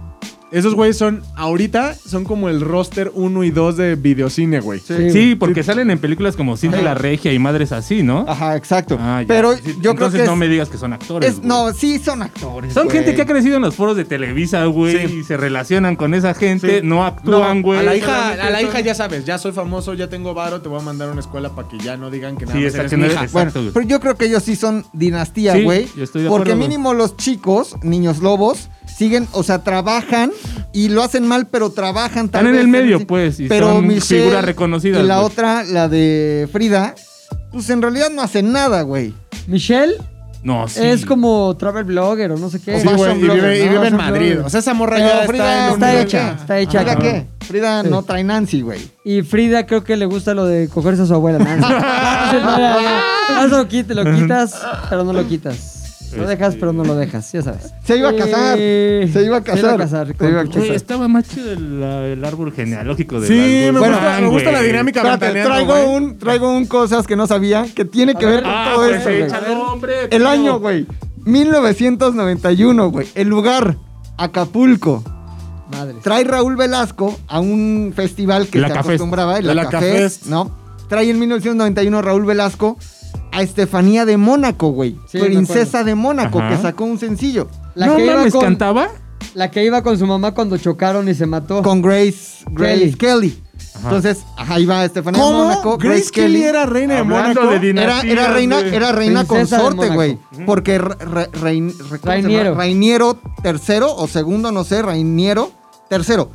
esos güeyes son, ahorita, son como el roster 1 y 2 de videocine, güey. Sí, Sí, porque salen en películas como Cindy la Regia y Madres así, ¿no? Ajá, exacto. Ah, ya. Pero Sí, yo creo Entonces que es- no me digas que son actores. es- güey. no, sí son actores. Son güey. gente que ha crecido en los foros de Televisa, güey, y se relacionan con esa gente, no actúan, güey. Pues, a la hija, solamente a la son- hija ya sabes, ya soy famoso, ya tengo varo, te voy a mandar a una escuela para que ya no digan que nada Sí, más exacto, eres mi no- hija. Bueno, exacto, güey. pero yo creo que ellos sí son dinastía, Sí, güey. yo estoy de porque acuerdo, güey. mínimo los chicos, niños lobos, siguen, o sea, trabajan y lo hacen mal, pero trabajan Están en el medio, pues, y son figuras reconocidas, Y la güey. otra, la de Frida, pues en realidad no hacen nada, güey. Michelle No, sí. es como travel blogger o no sé pues qué. Sí, güey, y vive, y ¿no? vive en Son Madrid. blogger. O sea, esa morra Pero ya está, Frida en un está nivel- hecha, está hecha. ¿Frida cabrón. qué? Frida Sí. no trae Nancy, güey. Y Frida creo que le gusta lo de cogerse a su abuela. ¿no? <laughs> No, no, no. Eso quit- lo quitas, pero no lo quitas. Lo Este dejas, pero no lo dejas, ya sabes. Se iba a casar, Eh, se iba a Se iba a casar, casar. se con iba a tu Güey, chica. estaba más chido el, el árbol genealógico de Sí, me gusta, me gusta la dinámica Espérate, ventaneando, traigo güey. un, traigo un cosas que no sabía que tiene que A ver, ver, con Ah, todo pues esto, güey. échalo, hombre. El tío. año, güey. 1991, güey. El lugar, Acapulco. Madre. Trae Raúl Velasco a un festival que La se Cafest. acostumbraba, el La La Cafest, Cafest. ¿no? Trae en 1991 Raúl Velasco a Estefanía de Mónaco, güey. Sí, me princesa de Mónaco, Ajá. que sacó un sencillo. La, no que iba mames, con, cantaba. la que iba con su mamá cuando chocaron y se mató. Con Grace, Grace Kelly. Kelly. Entonces, ajá, ahí va Estefanía de Mónaco. ¿Cómo? Grace Kelly era reina de Hablando Mónaco. de din- Era, era Dinastías, reina, güey. era reina Princesa de consorte, Mónaco. güey. Porque Ra- Ra- Rein- Ra- ¿cómo se llama? Rainiero. Rainiero tercero o segundo, no sé, Rainiero tercero.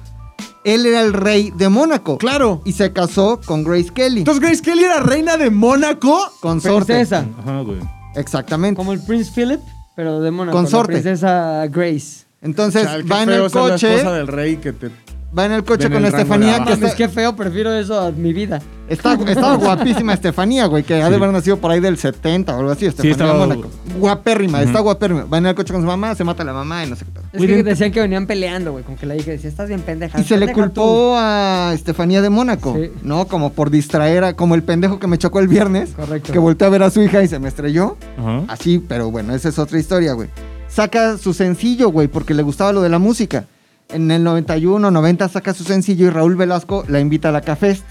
Él era el rey de Mónaco. Claro. Y se casó con Grace Kelly. Entonces Grace Kelly era reina de Mónaco. consorte. princesa. Ajá, güey. Exactamente. Como el Prince Philip, pero de Mónaco. Consorte. La princesa Grace. Entonces Chal, qué va en feo el ser la coche. esposa del rey que te... Va en el coche Ven con el rango de Estefanía, abajo. que Mames, está, qué feo, prefiero eso a mi vida. está- <laughs> estaba guapísima Estefanía, güey, que ha de haber nacido por ahí del 70 o algo así. Estefanía estaba- Mónaco. Guapérrima, está guapérrima. Va en el coche con su mamá, se mata a la mamá y no sé qué tal. Es que decían que venían peleando, güey. Con que la hija decía, estás bien pendeja. Y se le pendeja tú". culpó a Estefanía de Mónaco, Sí. ¿no? Como por distraer a, como el pendejo que me chocó el viernes, Correcto. que volteó a ver a su hija y se me estrelló. Ajá. Así, pero bueno, esa es otra historia, güey. Saca su sencillo, güey, porque le gustaba lo de la música. En el 91, 90 saca su sencillo y Raúl Velasco la invita a la Cafest.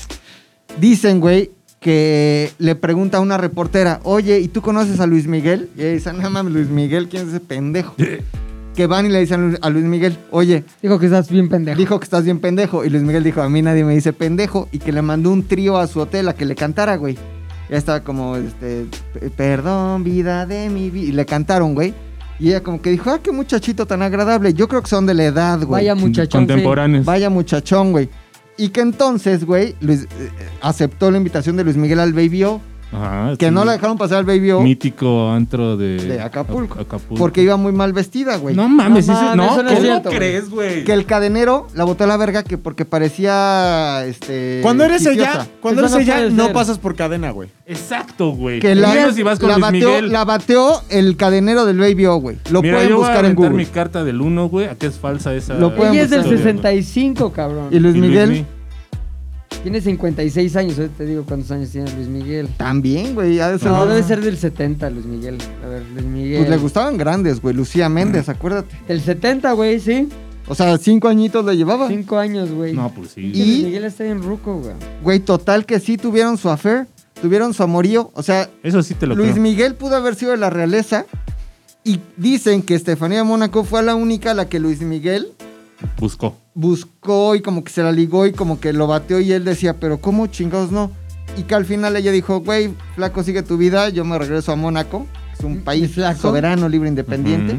Dicen, güey, que le pregunta a una reportera, oye, ¿y tú conoces a Luis Miguel? Y ella dice, no mames, Luis Miguel, ¿quién es ese pendejo? que van y le dicen a Lu- a Luis Miguel, oye, Dijo que estás bien pendeja. Dijo que estás bien pendejo. Y Luis Miguel dijo, a mí nadie me dice pendejo. Y que le mandó un trío a su hotel a que le cantara, güey. Ya estaba como, este, "P- perdón, vida de mi vida. Y le cantaron, güey. Y ella como que dijo, ah, qué muchachito tan agradable. Yo creo que son de la edad, güey. Vaya muchachón. Contemporáneos. Vaya muchachón, güey. Y que entonces, güey, Luis, eh, aceptó la invitación de Luis Miguel al Baby O. Ajá, Que sí. no la dejaron pasar al Baby O Mítico antro de, de Acapulco, Ac- Acapulco. Porque iba muy mal vestida, güey. No mames, No eso- mames, no, eso no es ¿cómo cierto, güey. crees, güey? Que el cadenero la botó a la verga que porque parecía, este... Cuando eres chiciosa. ella, cuando Eso eres no ella, puede no ser. pasas por cadena, güey. Exacto, güey. Que la, Menos si vas con la Luis bateó, Miguel. la bateó el cadenero del Baby O, güey. Lo Mira, pueden yo voy a buscar en aventar Google. mi carta del 1, güey. ¿A qué es falsa esa? Lo pueden Ella es del historia, güey? 65, cabrón. Y Luis Y Miguel Tiene 56 años, ahorita te digo cuántos años tiene Luis Miguel. también, güey. ha de ser- No, debe ser del 70, Luis Miguel. A ver, Luis Miguel. Pues le gustaban grandes, güey. Lucía Méndez, acuérdate. Del 70, güey, sí. O sea, cinco añitos le llevaba. Cinco años, güey. No, pues sí. Y- Pues, Luis Miguel está bien ruco, güey. Güey, total que sí tuvieron su affair, tuvieron su amorío. O sea, Eso sí te lo Luis creo. Miguel pudo haber sido de la realeza. Y dicen que Estefanía de Mónaco fue la única a la que Luis Miguel Buscó. buscó y como que se la ligó y como que lo bateó y él decía, pero ¿cómo chingados no? Y que al final ella dijo, güey, flaco, sigue tu vida, yo me regreso a Mónaco, es un país flaco? soberano, libre, independiente.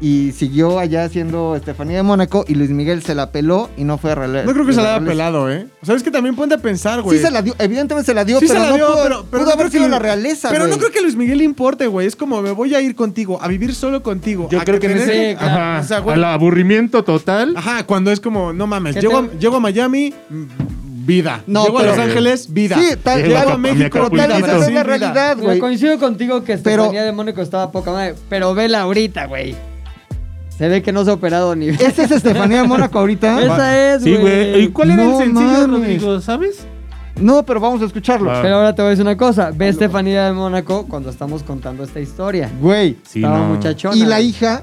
Y siguió allá siendo Estefanía de Mónaco y Luis Miguel se la peló y no fue a rela- No creo que se la haya reales. pelado, ¿eh? O sea, es que también ponte a pensar, güey. Sí se la dio, evidentemente se la dio, Sí pero se la no dio, pudo, pero, pero pudo no haber creo que sido Lu- la realeza, Pero no güey. creo que a Luis Miguel le importe, güey. Es como, me voy a ir contigo, a vivir solo contigo. Yo a creo que en tener- ese. Sí, Ah, claro. ajá, O sea, güey. al aburrimiento total. Ajá, cuando es como, no mames, ¿Qué llego, a, te- llego a Miami, mm, vida. No, llego pero- a Los Ángeles, vida. Sí, tal- Llego tal- a México, tal- Acapulquito. esa es Sí, la vida. realidad, Güey, güey. coincido contigo que Pero- Estefanía de Mónaco estaba poca madre, pero vela ahorita, güey. Se ve que no se ha operado ni... Esa es este- Estefanía de Mónaco <laughs> ahorita. Esa es, Sí, güey. ¿Y cuál era No el sencillo, mames. Rodrigo? ¿Sabes? No, pero vamos a escucharlo. Ah. Pero ahora te voy a decir una cosa. Ve Estefanía de Mónaco cuando estamos contando esta historia. Güey. Sí, Estaba no. muchachona. Y la hija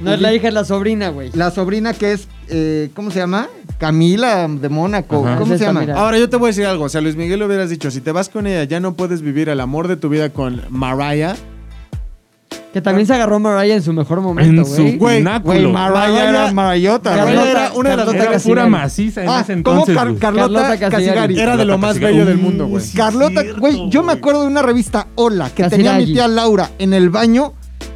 No es la hija, es la sobrina, güey. La sobrina que es, eh, ¿cómo se llama? Camila de Mónaco. Ajá. ¿Cómo Es se esta, llama? mira. Ahora yo te voy a decir algo, o sea, Luis Miguel le hubieras dicho, si te vas con ella, ya no puedes vivir el amor de tu vida con Mariah. Que también se agarró Mariah en su mejor momento, en su güey. Güey, Güey, pináculo. Mariah era Mariah- Marayota. Mariah güey. era una de las- Era Casillas. pura maciza en Ah, ese ¿cómo entonces. Car- güey. Carlota, Carlota Casigari? Casigari. Era de lo más Casigari. bello del mundo, Uh, güey. sí, Carlota, cierto, güey, yo me güey. acuerdo de una revista Hola que Casigari. tenía mi tía Laura en el baño.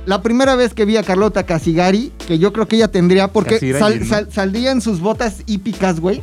La primera vez que vi a Carlota Casigari, que yo creo que ella tendría, porque Casigari, sal- ¿no? sal- saldría en sus botas hípicas, güey.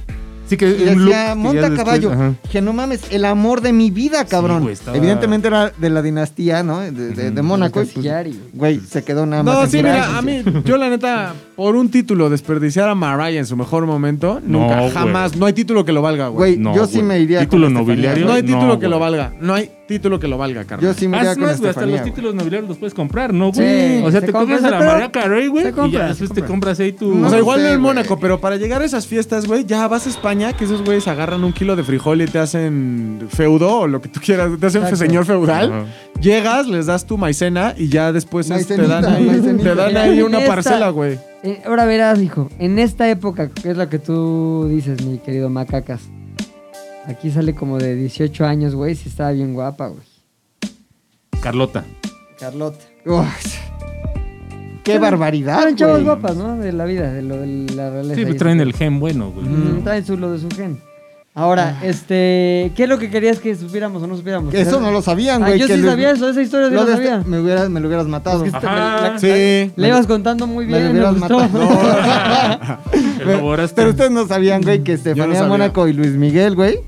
Sí, que Y un look que decía, ya monta después- caballo. ajá. Que no mames, el amor de mi vida, cabrón. güey, estaba- Evidentemente era de la dinastía, ¿no? De, de- de Mónaco. y pues, Casigari, güey. Güey, se quedó nada más. No, en sí, Francia. mira, a mí, yo la neta, por un título desperdiciar a Mariah en su mejor momento, nunca, güey. jamás. No hay título que lo valga, güey. Güey, No, yo sí güey. me iría Título con Estefanía. nobiliario. No hay título no, que lo güey. valga. No hay título que lo valga, Yo carnal. sí me Ah, iría Haz con más, güey, hasta Estefanía. los güey. títulos nobiliarios los puedes comprar, ¿no, güey? Sí, o sea, se te compra, compras a la pero- Mariah Carey, se güey, y compra, ya se después te compra. compras ahí tu... No o sea, lo igual sé, no en güey. Mónaco, pero para llegar a esas fiestas, güey, ya vas a España, que esos güeyes agarran un kilo de frijol y te hacen feudo o lo que tú quieras, te hacen Exacto. señor feudal. Ajá. Llegas, les das tu maicena y ya después es- te dan Maicenita, ahí, maicenita. te dan Mira, ahí en una esta- parcela, güey. Eh, ahora verás, hijo, en esta época, que es la que tú dices, mi querido Macacas, aquí sale como de 18 años, güey, si estaba bien guapa, güey. Carlota. Carlota. Uf, qué barbaridad. Eran chavos güey. guapas, ¿no? De la vida, de lo de la realeza. Sí, y pues eso. traen el gen bueno, güey. Mm, traen su, lo de su gen. Ahora, este, ¿qué es lo que querías que supiéramos o no supiéramos? Ah. Eso no lo Ah, sabían, güey. yo que sí lo- sabía eso, esa historia sí lo la de este- sabía. me, hubiera- me lo hubieras matado. Es que Ajá. Sí. Le ibas contando muy Me lo bien, me hubieras gustó. matado. Elaboraste. Pero ustedes no sabían, güey, que Estefanía sabía. Mónaco y Luis Miguel, güey.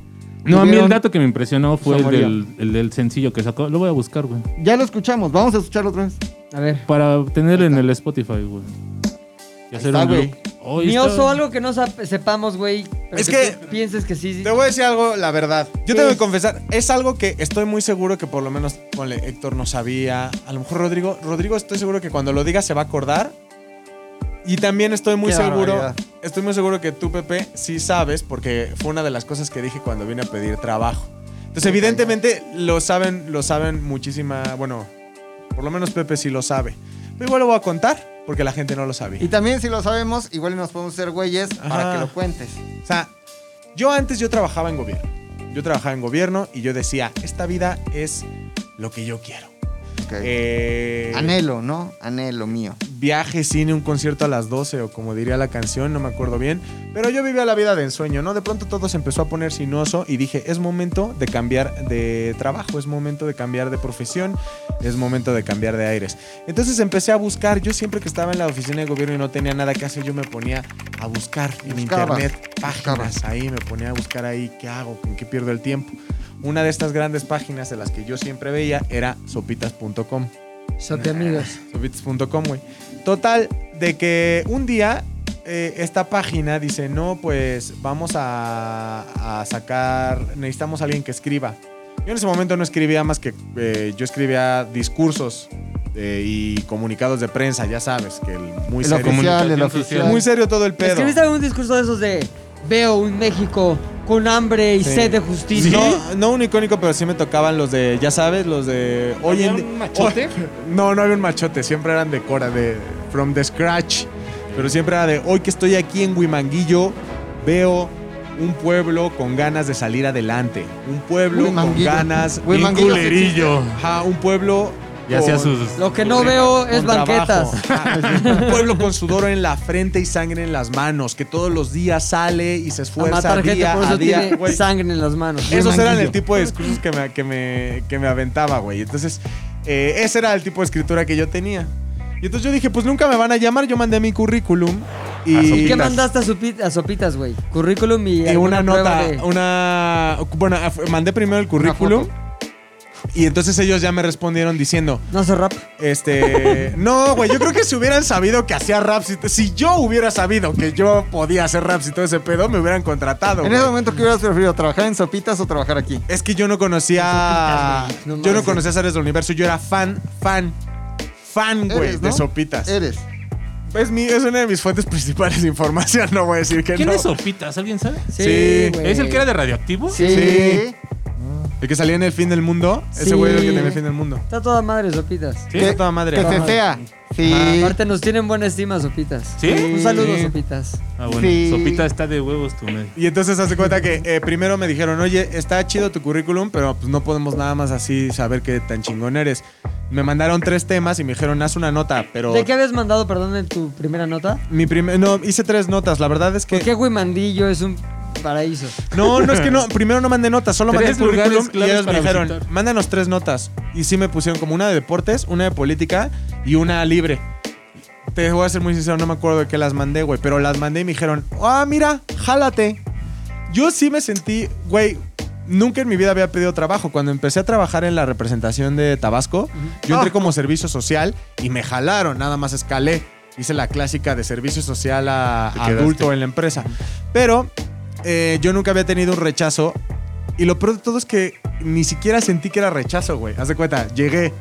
No, a mí tuvieron- el dato que me impresionó fue el Saboría. del, el del sencillo que sacó. Lo voy a buscar, güey. Ya lo escuchamos. Vamos a escucharlo otra vez. <laughs> A ver. Para tener en el Spotify, güey. Y hacer está, un güey. loop. Oh, Mi está- oso, algo que no sap- sepamos, güey. pero Es que- tú pienses que sí. sí. Te voy a decir algo, la verdad. Yo ¿Qué tengo que es? confesar, es algo que estoy muy seguro que por lo menos, ponle, Héctor no sabía. A lo mejor Rodrigo, Rodrigo estoy seguro que cuando lo diga se va a acordar. Y también estoy muy Qué seguro, barbaridad. estoy muy seguro que tú, Pepe, sí sabes, porque fue una de las cosas que dije cuando vine a pedir trabajo. Entonces, evidentemente, lo saben, lo saben muchísima, bueno, por lo menos Pepe sí lo sabe. Pero igual lo voy a contar, porque la gente no lo sabía. Y también, si lo sabemos, igual nos podemos hacer güeyes para Ajá. que lo cuentes. O sea, yo antes yo trabajaba en gobierno. Yo trabajaba en gobierno y yo decía, esta vida es lo que yo quiero. Ok. Eh, Anhelo, ¿no? Anhelo mío. viaje, cine, un concierto a las 12 o como diría la canción, no me acuerdo bien. Pero yo vivía la vida de ensueño, ¿no? De pronto todo se empezó a poner sinuoso y dije, es momento de cambiar de trabajo, es momento de cambiar de profesión, es momento de cambiar de aires. Entonces empecé a buscar, yo siempre que estaba en la oficina de gobierno y no tenía nada que hacer, yo me ponía a buscar en Buscabas, internet páginas, ahí me ponía a buscar ahí qué hago, con qué pierdo el tiempo. Una de estas grandes páginas de las que yo siempre veía era sopitas.com. Sote amigos. Sopitas.com, güey. Total, de que un día eh, esta página dice, no, pues vamos a, a sacar, necesitamos a alguien que escriba. Yo en ese momento no escribía más que, eh, yo escribía discursos eh, y comunicados de prensa, ya sabes, que el muy El oficial, serio. el comunicación oficial. social. Muy serio todo el pedo. ¿Escribiste algún discurso de esos de veo un México con hambre y Sí. sed de justicia? No, no un icónico, pero sí me tocaban los de, ya sabes, los de hoy en di- un machote? <laughs> no, no había un machote, siempre eran de Cora, de From the Scratch. Pero siempre era de hoy que estoy aquí en Huimanguillo, veo un pueblo con ganas de salir adelante. Un pueblo con Huimanguillo. ganas. Huimanguillo. Ajá, un pueblo Y hacía sus. Lo que no veo es <laughs> Con banquetas. trabajo. Ah, Un pueblo con sudor en la frente y sangre en las manos, que todos los días sale y A se esfuerza matar gente, Pues día por a eso día. tiene Güey, sangre en las manos. esos eran Manguillo. el tipo de discursos que me, que me, que me aventaba, güey. Entonces, eh, ese era el tipo de escritura que yo tenía. Y entonces yo dije, pues nunca me van a llamar. Yo mandé mi currículum y... ¿Y qué mandaste a, Supi- a Sopitas, güey? Currículum y, Y alguna una prueba nota, de- una... Bueno, af- mandé primero el currículum. Y entonces ellos ya me respondieron diciendo, No se rap. este. <laughs> No, güey, yo creo que si hubieran sabido que hacía raps. y t- Si yo hubiera sabido que yo podía hacer raps y todo ese pedo, me hubieran contratado. En güey. ese momento, ¿qué hubieras preferido? ¿Trabajar en Sopitas o trabajar aquí? Es que yo no conocía. Sopitas, güey, no yo no mames. conocía Zares del Universo. Yo era fan, fan, fan, güey, Eres, de ¿no? Eh, sopitas. Eres. Es, mi, es una de mis fuentes <laughs> principales de información. No voy a decir que ¿Quién no. es Sopitas? ¿Alguien sabe? Sí, güey. ¿Es el que era de radioactivo? Sí. Sí. El que salía en el fin del mundo. Sí. Ese güey era el que tenía el fin del mundo. Está toda madre, Sopitas. Sí. Está toda madre. Que se Ajá. sea. Ah, Sí. Aparte nos tienen buena estima, Sopitas. ¿Sí? Un saludo, Sí. Sopitas. Ah, bueno. Sí. Sopita está de huevos tu medio. Y entonces hace cuenta que eh, primero me dijeron, oye, está chido tu currículum, pero pues no podemos nada más así saber qué tan chingón eres. Me mandaron tres temas y me dijeron, haz una nota, pero... ¿De qué habías mandado, perdón, en tu primera nota? Mi primer... No, hice tres notas, la verdad es que... ¿Por qué Guimandillo es un paraíso? No, no es <laughs> que no, primero no mandé notas, solo mandé Tres el currículum lugares y claves ellos me para dijeron, visitar. mándanos tres notas. Y sí me pusieron como una de deportes, una de política y una libre. Te voy a ser muy sincero, no me acuerdo de qué las mandé, güey, pero las mandé y me dijeron, ah, mira, jálate. Yo sí me sentí, güey, nunca en mi vida había pedido trabajo. Cuando empecé a trabajar en la representación de Tabasco, yo Ah. entré como servicio social y me jalaron, nada más escalé. Hice la clásica de servicio social a Te quedaste. adulto en la empresa. Pero eh, yo nunca había tenido un rechazo. Y lo peor de todo es que ni siquiera sentí que era rechazo, güey. Haz de cuenta, llegué.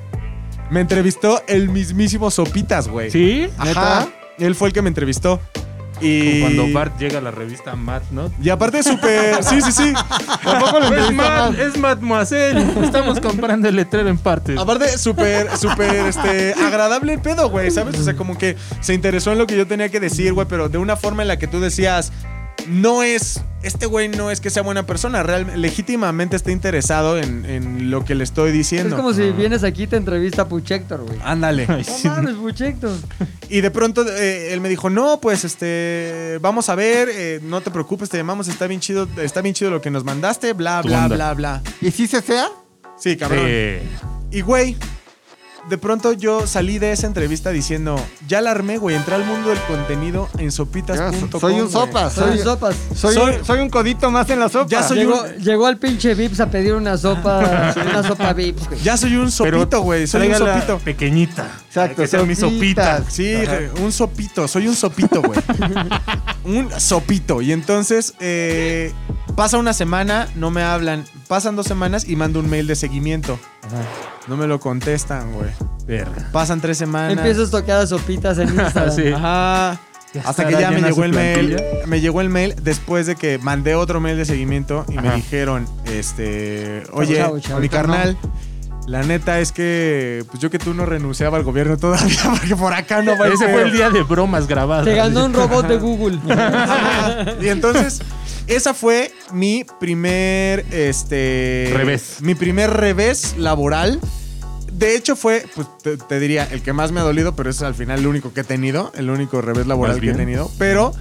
Me entrevistó el mismísimo Sopitas, güey. ¿Sí? Ajá. Él fue el que me entrevistó. Y. Cuando Bart llega a la revista Matt, <laughs> ¿no? Y aparte es súper. sí, sí, sí. Tampoco lo Es entendiste Matt, más. es Mademoiselle. Estamos comprando el letrero en partes. Aparte, súper, súper este, agradable el pedo, güey, ¿sabes? O sea, como que se interesó en lo que yo tenía que decir, güey, pero de una forma en la que tú decías, no es, este güey no es que sea buena persona, real, legítimamente está interesado en, en lo que le estoy diciendo. Es como si vienes aquí y te entrevista Puchector, güey. Ándale. Ay, sí. No mames, Puchector. Y de pronto eh, él me dijo, no, pues este, vamos a ver, eh, no te preocupes, te llamamos, está bien chido, está bien chido lo que nos mandaste, bla, Tu bla, onda. bla, bla. ¿Y si se sea? Sí, cabrón. Sí. Y güey, de pronto yo salí de esa entrevista diciendo, ya la armé, güey, entré al mundo del contenido en Ya, sopitas.com. Soy un güey. sopa. Son Soy, Ah, sopas. soy, Soy- un, soy un codito más en la sopa. Ya soy Llegó, un- llegó al pinche Vips a pedir una sopa, una sopa Vips, güey. Ya soy un sopito, güey, soy un tráigala sopito. Pequeñita. Exacto, Que sea mi sopita. sopitas. Sí, un sopito, soy un sopito, güey. un sopito. Y entonces eh, pasa una semana, no me hablan. Pasan dos semanas y mando un mail de seguimiento. No me lo contestan, güey. Verga. Pasan tres semanas. Empiezo a tocar a sopitas en Instagram. Sí. Ajá. Ya Hasta estará que ya me llena llegó su el mail. plantilla. Me llegó el mail después de que mandé otro mail de seguimiento y me Ajá. dijeron, este, oye, chao, chao. mi carnal, la neta es que pues yo que tú no renunciaba al gobierno todavía <laughs> porque por acá no va Ese pedo". fue el día de bromas grabadas. Te ganó un robot de Google. Ajá. <laughs> Y entonces, esa fue mi primer, este, Revés. Mi primer revés laboral. De hecho fue, pues te, te diría, el que más me ha dolido, pero es al final el único que he tenido, el único revés laboral Más que he bien. tenido. Pero,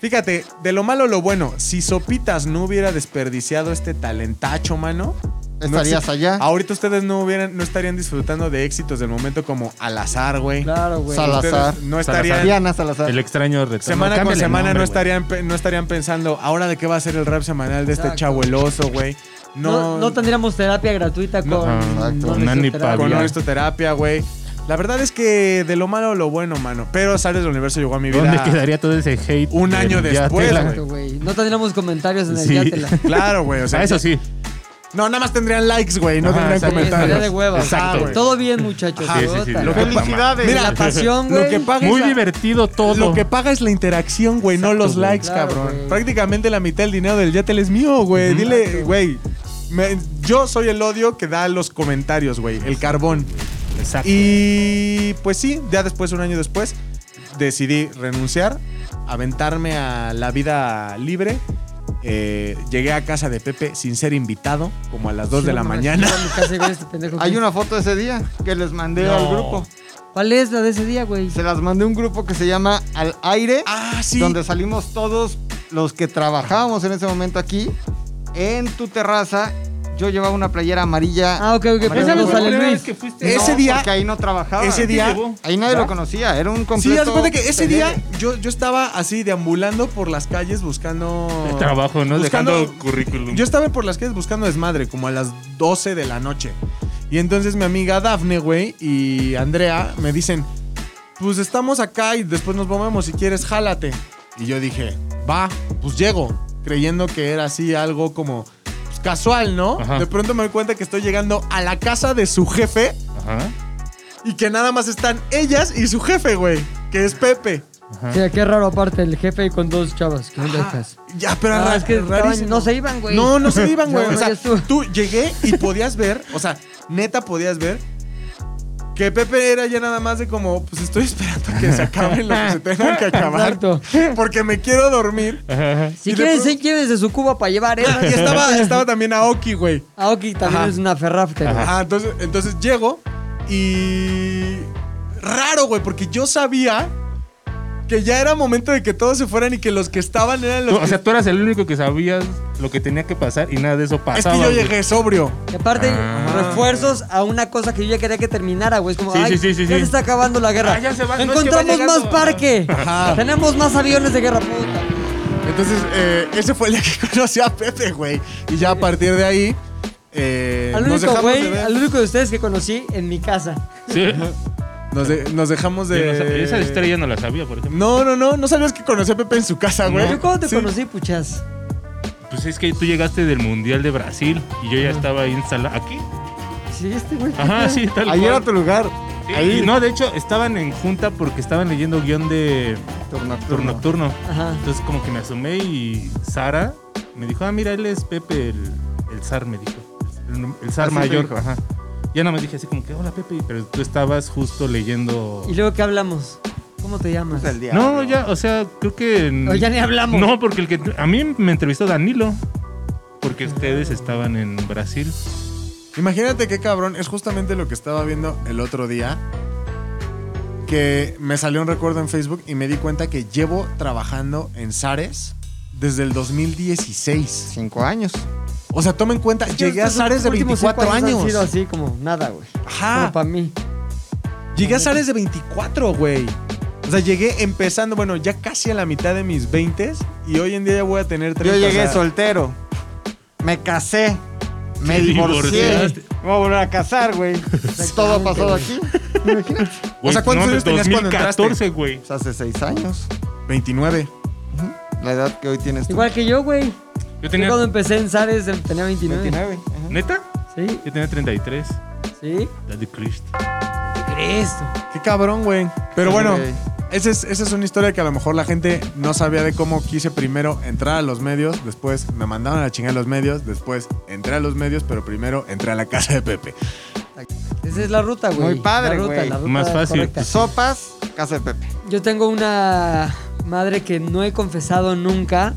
fíjate, de lo malo lo bueno, si Sopitas no hubiera desperdiciado este talentacho, mano, Estarías No allá. ahorita ustedes no hubieran, no estarían disfrutando de éxitos del momento como al azar, güey. Claro, güey. Sala. Ustedes Salazar. No estarían. Diana Salazar. El extraño retorno. Pues Semana con Cámbiale el semana nombre, no, güey. estarían, pe- no estarían pensando, ahora de qué va a ser el rap semanal de este Exacto. chabueloso, güey. No, No, no tendríamos terapia gratuita con, No, exacto. con Nani fisioterapia. con Pavia. honestotherapia, güey. La verdad es que de lo malo lo bueno, mano. Pero Sales del Universo llegó a mi vida. ¿Dónde quedaría todo ese hate? Un año del después, Yatela? güey. Exacto, güey. No tendríamos comentarios en el Sí. Yatela. Claro, güey. <laughs> O sea, Ah, eso sí. No, nada más tendrían likes, güey. No Ajá, tendrían exacto. Estaría de comentarios. hueva. Exacto, güey. güey. Todo bien, muchachos. Sí, sí, sí, Puta, lo güey. que- Felicidades. Mira, la pasión, Lo güey. que paga Muy es la- divertido todo. Lo que paga es la interacción, güey, no Exacto, los güey. likes, Claro, cabrón. güey. Prácticamente la mitad del dinero del Yatel es mío, güey. Dile, güey. me- Yo soy el odio que da los comentarios, güey. El carbón. Exacto. Y pues sí, ya después, un año después, decidí renunciar, aventarme a la vida libre. eh, llegué a casa de Pepe sin ser invitado, como a las 2 de la mañana. este Hay una foto de ese día que les mandé No. al grupo. ¿Cuál es la de ese día, güey? Se las mandé a un grupo que se llama Al Aire, <laughs> Ah, sí. donde salimos todos los que trabajábamos en ese momento aquí. En tu terraza, yo llevaba una playera amarilla. Ah, ok, ok. María Pues algo Luz. sale Primera Luis. vez que fuiste, No, ese día- Porque ahí no trabajaba. ese día- llevó? Ahí nadie lo conocía. Era un completo. Sí, haz de cuenta que ese día pelele. yo, yo estaba así deambulando por las calles buscando. El trabajo, ¿no? buscando- Dejando currículum. Yo estaba por las calles buscando desmadre, como a las 12 de la noche. Y entonces mi amiga Dafne, güey, y Andrea me dicen: Pues estamos acá y después nos vamos. Si quieres, jálate. Y yo dije: Va, pues llego. Creyendo que era así algo como pues, casual, ¿no? Ajá. De pronto me doy cuenta que estoy llegando a la casa de su jefe Ajá. y que nada más están ellas y su jefe, güey, que es Pepe. Sí, qué raro aparte, el jefe y con dos chavas. ¿Qué onda Ajá. estás? Ya, pero Ah, ra- es que estaban- rarísimo. no se iban, güey. No, no se iban, güey. No, o no, sea, <laughs> ya estuvo. tú llegué y podías ver, o sea, neta podías ver que Pepe era ya nada más de como, pues estoy esperando que se acaben los que se tengan <laughs> que acabar. Exacto. Porque me quiero dormir. Si y quieren, de pronto- sí, llévense su cuba para llevar, <laughs> ¿eh? <laughs> Y estaba, estaba también Aoki, güey. Aoki Ah, también Ajá. es una ferrafte, güey. Ajá, entonces, entonces llego y. Raro, güey, porque yo sabía que ya era momento de que todos se fueran y que los que estaban eran los Tú- que. o sea, tú eras el único que sabías lo que tenía que pasar y nada de eso es pasaba. que yo güey. llegué sobrio. Y aparte, Ah. refuerzos a una cosa que yo ya quería que terminara, güey. Es como, Sí, sí, ay, sí, sí, ya sí. se está acabando la guerra. Ah, ya se va, no es que va Encontramos más llegando. parque. Ajá. Tenemos más aviones de guerra, puta. Entonces, eh, ese fue el día que <laughs> conocí a Pepe, güey. Y ya a partir de ahí, eh, Al nos único, dejamos de güey, ver. al único de ustedes que conocí en mi casa. Sí. Nos, de- nos dejamos Yo no sabía- de... esa historia yo no la sabía, por ejemplo. No, no, no. No sabías que conocí a Pepe en su casa, güey. ¿Yo cómo te Sí. conocí, puchas? Pues es que tú llegaste del Mundial de Brasil y yo ya estaba ahí instalado. ¿Aquí? Sí, este güey. Ajá, sí, tal Ahí cual. era tu lugar. Sí, ahí. y no, de hecho, estaban en junta porque estaban leyendo guión de Turno Turno nocturno. Nocturno. Ajá. Entonces como que me asomé y Sara me dijo, ah, mira, él es Pepe, el, el Sar, me dijo. El, el Sar Así te mayor. dijo. Ajá. Ya no me dije así como que, hola Pepe, pero tú estabas justo leyendo... ¿Y luego qué hablamos? ¿Cómo te llamas? El diablo. No, ya, o sea, creo que... O ya ni hablamos. No, porque el que... A mí me entrevistó Danilo, porque ustedes estaban en Brasil. Imagínate qué cabrón. Es justamente lo que estaba viendo el otro día. Que me salió un recuerdo en Facebook y me di cuenta que llevo trabajando en Zares desde el 2016. Cinco años. O sea, toma en cuenta, llegué a Estos Zares de últimos 24 cinco años. Han sido así como nada, güey. Ah. Ajá. Como para mí. Llegué a Zares de 24, güey. O sea, llegué empezando, bueno, ya casi a la mitad de mis 20 y hoy en día ya voy a tener 30. Yo llegué o sea, soltero. Me casé. Me Te divorcié. divorciaste. Me voy a volver a casar, güey. Pues Todo ha pasado aquí. Imagínate. Güey, sea, ¿cuántos de años tenías cuando entraste? 2014, güey. Pues hace seis años. 29. La edad que hoy tienes tú. Igual que yo, güey. Yo Yo tenía... cuando empecé en Zares em- tenía 29. 29. ajá. ¿Neta? Sí, Yo tenía 33. sí. Daddy Christ. ¿Qué crees? Qué cabrón, güey. Pero bueno, Güey. esa es, esa es una historia que a lo mejor la gente no sabía de cómo quise primero entrar a los medios, después me mandaron a chingar a los medios, después entré a los medios, pero primero entré a la casa de Pepe. Esa es la ruta, güey. Muy padre, La ruta, güey. la ruta Más fácil. correcta. Sopas, casa de Pepe. Yo tengo una madre que no he confesado nunca.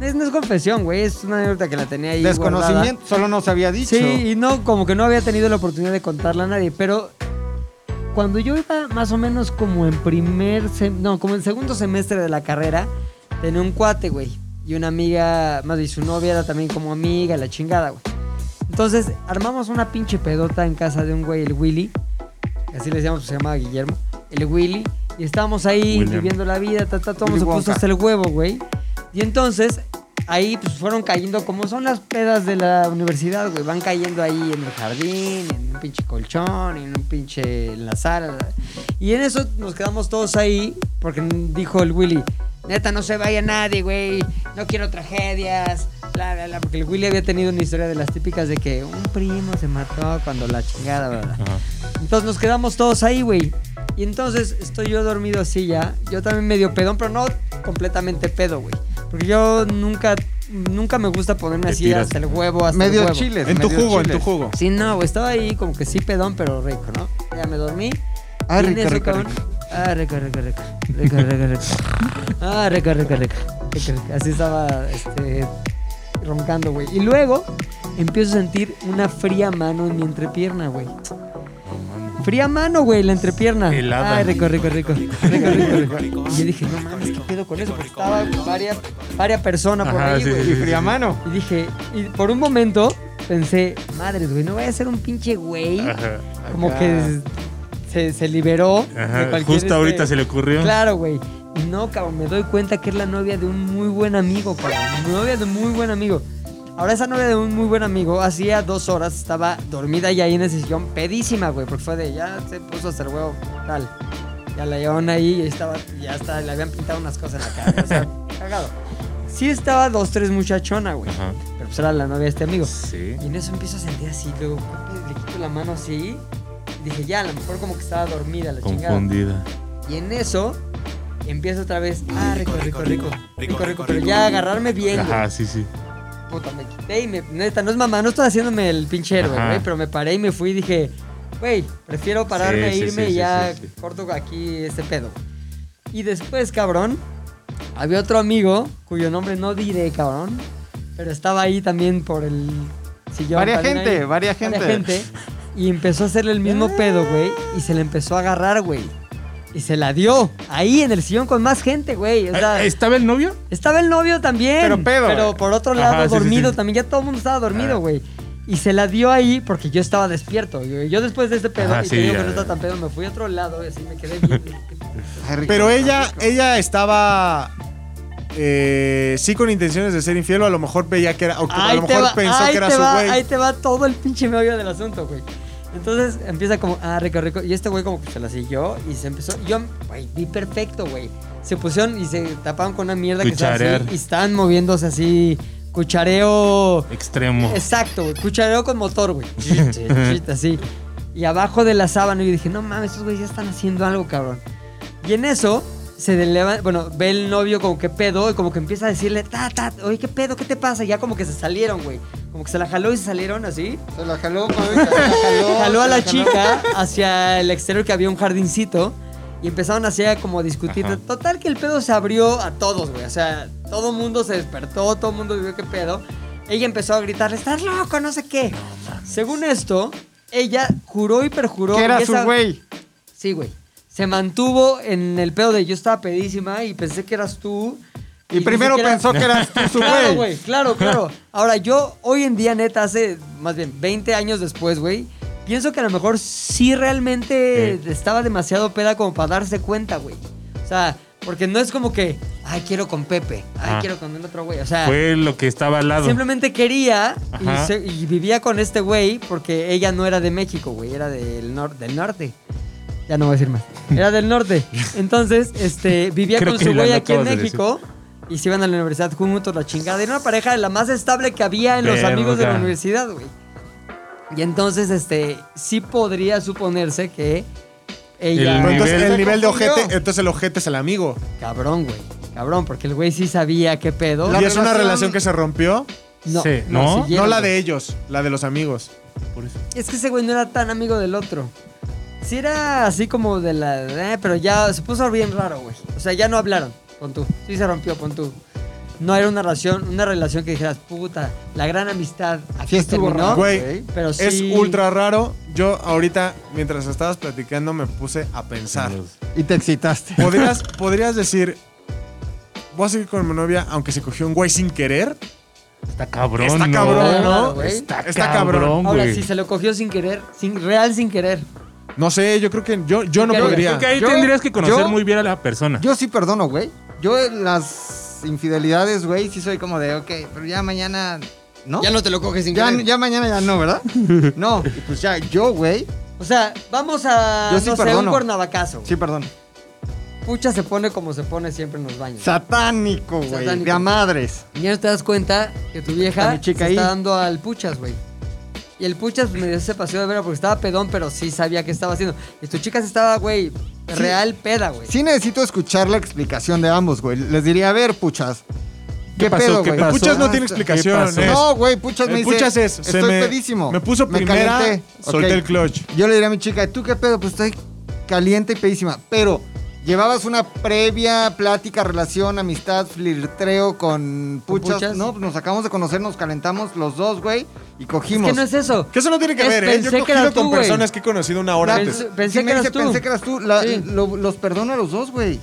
Es, no es confesión, güey. Es una anécdota que la tenía ahí. guardada. Desconocimiento, solo nos había dicho. Sí, y no, como que no había tenido la oportunidad de contarla a nadie, pero cuando yo iba más o menos como en primer, sem- no, como en segundo semestre de la carrera, tenía un cuate, güey, y una amiga, más bien su novia era también como amiga, la chingada, güey. Entonces, armamos una pinche pedota en casa de un güey, el Willy, así le decíamos, se llamaba Guillermo, el Willy, y estábamos ahí William. viviendo la vida, ta, ta, todo Willy se puso Wonka. hasta el huevo, güey. Y entonces, ahí pues fueron cayendo como son las pedas de la universidad, güey. Van cayendo ahí en el jardín, en un pinche colchón, en un pinche en la sala. Y en eso nos quedamos todos ahí porque dijo el Willy, neta, no se vaya nadie, güey. No quiero tragedias. Bla, bla, bla. Porque el Willy había tenido una historia de las típicas de que un primo se mató cuando la chingada, ¿verdad? Entonces nos quedamos todos ahí, güey. Y entonces estoy yo dormido así ya. Yo también medio pedón, pero no completamente pedo, güey. Porque yo nunca, nunca me gusta ponerme Te así tiras. hasta el huevo, hasta el Medio huevo. chiles. En tu medio jugo, en chiles. tu jugo. Sí, no, güey. Estaba ahí como que sí pedón, pero rico, ¿no? Ya me dormí. Ah, Y en rico, eso, rico, cabrón, Ah, rico, rico, rico. Rico, rico, rico. Ah, rico, rico, rico. Rico, rico. Así estaba este, roncando, güey. Y luego empiezo a sentir una fría mano en mi entrepierna, güey. Fría mano, güey, la entrepierna. Helada. Ay, rico, rico, rico. Rico, rico, rico. Y yo dije, no mames, ¿qué pedo con eso? Porque estaba varias, varias personas por Ajá, ahí, sí, güey. sí, sí, Y fría sí. mano. Y dije, y por un momento pensé, madres, güey, no vaya a ser un pinche güey. Ajá. Como que se, se liberó de Ajá, cualquier... Justo este- ahorita se le ocurrió. Claro, güey. Y no, cabrón, me doy cuenta que es la novia de un muy buen amigo, cabrón. Novia de un muy buen amigo. Ahora, esa novia de un muy buen amigo, hacía dos horas estaba dormida ya ahí en ese sillón, pedísima, güey, porque fue de ya se puso a hacer huevo, tal. Ya la llevaron ahí y estaba, ya está, le habían pintado unas cosas en la cara, o sea, <laughs> cagado. Sí estaba dos, tres muchachona, güey, Ajá. pero pues era la novia de este amigo. Sí. Y en eso empiezo a sentir así, luego le quito la mano así, dije ya, a lo mejor como que estaba dormida la chingada. Confundida. Y en eso empieza otra vez. Ah, rico, rico, rico. Rico, rico, pero ya agarrarme bien. güey. Ajá, sí, sí. Puta, me quité y me. Neta, no es mamá, no estoy haciéndome el pinche héroe, Ajá. güey. Pero me paré y me fui y dije, güey, prefiero pararme Sí, sí, e irme sí, y sí, ya sí, sí. corto aquí este pedo. Y después, cabrón, había otro amigo cuyo nombre no diré, cabrón. Pero estaba ahí también por el sillón. Varia también gente, ahí. varia gente. Y empezó a hacerle el Eh. mismo pedo, güey. Y se le empezó a agarrar, güey. Y se la dio. Ahí en el sillón con más gente, güey. O sea, Ah, ¿Estaba el novio? estaba el novio también. Pero pedo. Pero por otro Ajá, lado, sí, sí, dormido sí. también. Ya todo el mundo estaba Ah. dormido, güey. Y se la dio ahí porque yo estaba despierto. Yo, yo después de este pedo, Ajá, y sí, te digo ya, que no ya. estaba tan pedo, me fui a otro lado y así me quedé <laughs> bien. Pero ella, ella estaba. eh, sí, con intenciones de ser infiel, o a lo mejor veía que era. O a ahí lo te mejor va, pensó ahí que era te su va, güey. Ahí te va todo el pinche meollo del asunto, güey. Entonces empieza como, ah, rico, rico. Y este güey como que se la siguió y se empezó. Yo, güey, vi perfecto, güey. Se pusieron y se taparon con una mierda que estaba Cucharear. así. Y estaban moviéndose así, cuchareo. Extremo. Exacto, güey. Cuchareo con motor, güey. Chit, chit, chit, Así. Y abajo de la sábana yo dije, no mames, estos güeyes ya están haciendo algo, cabrón. Y en eso se le leva- bueno, ve el novio como que pedo y como que empieza a decirle, ta, ta, oye, ¿qué pedo? ¿Qué te pasa? Y ya como que se salieron, güey. Como que se la jaló y se salieron así. Se la jaló, mami, se la <laughs> jaló. Jaló a se la chica hacia el exterior que había un jardincito y empezaron así a como discutir. Ajá. Total que el pedo se abrió a todos, güey. O sea, todo mundo se despertó, todo mundo vio qué pedo. Ella empezó a gritarle, estás loco, no sé qué. Según esto, ella juró y perjuró. Que era y su esa- güey. Sí, güey. Se mantuvo en el pedo de yo estaba pedísima y pensé que eras tú. Y primero pensó pensó que <laughs> eras tú su Claro, güey. güey, claro, claro. Ahora, yo hoy en día, neta, hace más bien 20 años después, güey, pienso que a lo mejor sí realmente estaba demasiado peda como para darse cuenta, güey. O sea, porque no es como que, ay, quiero con Pepe, ay, Ajá. quiero con el otro güey. O sea, Fue lo que estaba al lado. simplemente quería y, Ajá. se- y vivía con este güey porque ella no era de México, güey, era del, nor- del norte. Ya no voy a decir más. Era del norte. Entonces, este, vivía Creo con que su ya güey lo aquí en acabas de México. Y se iban a la universidad juntos, la chingada. Era una pareja de la más estable que había en los Verga. amigos de la universidad, güey. Y entonces, este, sí podría suponerse que ella... pues, El Pero entonces, nivel- el nivel de confundió. ojete, entonces el ojete es el amigo. Cabrón, güey. Cabrón, porque el güey sí sabía qué pedo. y es una relación que se rompió. No, Sí, ¿no? siguieron, No la güey. de ellos, la de los amigos. Por eso. Es que ese güey no era tan amigo del otro. Sí era así como de la... eh, pero ya se puso bien raro, güey. O sea, ya no hablaron, pon tú. Sí se rompió, pon tú. No era una relación, una relación que dijeras, puta, la gran amistad. Aquí estuvo, ¿no? Güey, pero sí... Es ultra raro. Yo ahorita, mientras estabas platicando, me puse a pensar. Y te excitaste. ¿Podrías, podrías decir, voy a seguir con mi novia aunque se cogió un güey sin querer? Está cabrón, Está ¿no? cabrón, Claro, ¿no? güey. Está, Está cabrón. cabrón, Ahora, güey. si se lo cogió sin querer, sin, real sin querer. No sé, yo creo que yo, yo no Creo que- podría. Creo que ahí Yo- tendrías que conocer yo- muy bien a la persona. Yo sí perdono, güey. Yo en las infidelidades, güey, sí soy como de, ok, pero ya mañana, ¿no? Ya no te lo coges sin ya, querer. ya mañana ya no, <laughs> ¿verdad? No, y pues ya, yo, güey, O sea, vamos a, Yo sí no sé, un perdono. cuernavacazo. sí perdono. Pucha se pone como se pone siempre en los baños. Satánico, güey, Satánico. de a madres. Y ya no te das cuenta que tu vieja Está mi chica se ahí. está dando al puchas, güey. Y el puchas me dio ese paseo de vera porque estaba pedón, pero sí sabía qué estaba haciendo. Y tu chica se estaba, güey, real peda, güey. Sí necesito escuchar la explicación de ambos, güey. Les diría, a ver, puchas. ¿Qué, pasó? pedo, ¿Qué güey? pasó? Puchas no Ah, tiene está- explicación. pasó? ¿eh? No, güey, puchas El me dice, puchas es, se estoy me- pedísimo. me puso primera, calenté. solté Ok. el clutch. Yo le diría a mi chica, ¿tú qué pedo? Pues estoy caliente y pedísima. Pero Llevabas una previa plática, relación, amistad, flirtreo con ¿Con puchas. puchas? No, pues nos acabamos de conocer, nos calentamos los dos, güey, y Es cogimos. que no es eso. Que eso no tiene que Es- ver, ¿eh? Yo pensé he que eras cogido con tú, güey. personas que he conocido una hora Pensé- antes. pensé Sí, que me eras dice, tú. Pensé que eras tú. La- Sí. lo- los perdono a los dos, güey.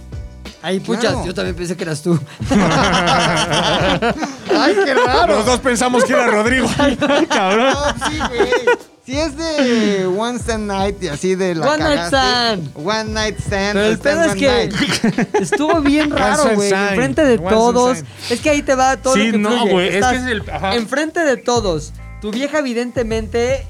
Ahí, puchas, Claro. yo también pensé que eras tú. Ay, qué raro. Los dos pensamos que era Rodrigo. Cabrón. No, sí, güey. Si es de One Stand Night y así de la One Night cagaste. Stand. One Night Stand. Pero el stand pedo es one que night. <laughs> estuvo bien raro, Once güey. and sign. Enfrente de Once and todos. sign. Es que ahí te va todo Sí, lo que no, fluye. güey, es Estás que es el- ajá. Enfrente de todos. Tu vieja, evidentemente,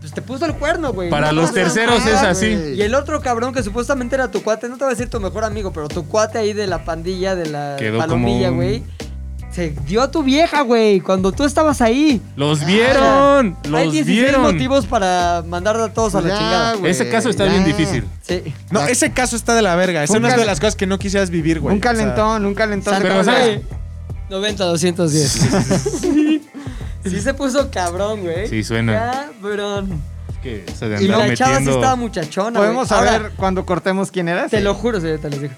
pues te puso el cuerno, güey. Para No los pasa terceros nada, es güey. así. Y el otro cabrón que supuestamente era tu cuate, no te voy a decir tu mejor amigo, pero tu cuate ahí de la pandilla, de la Quedó palomilla, como un- güey. Se dio a tu vieja, güey, cuando tú estabas ahí. Los vieron. Hay Los 16 vieron. motivos para mandar a todos a la Ya, chingada. güey. Ese caso está Ya. bien difícil. Sí. No, ese caso está de la verga. Esa es Un una de cal- las cosas que no quisieras vivir, güey. Un calentón, un calentón. de Pero, cabeza. ¿sabes? 90, 210. sí. Sí se puso cabrón, güey. Sí, suena. Cabrón. Es que se le Y andaba la chava sí metiendo- <laughs> estaba muchachona. güey. Podemos saber Ahora, cuando cortemos quién eras. te lo juro, señorita, les digo.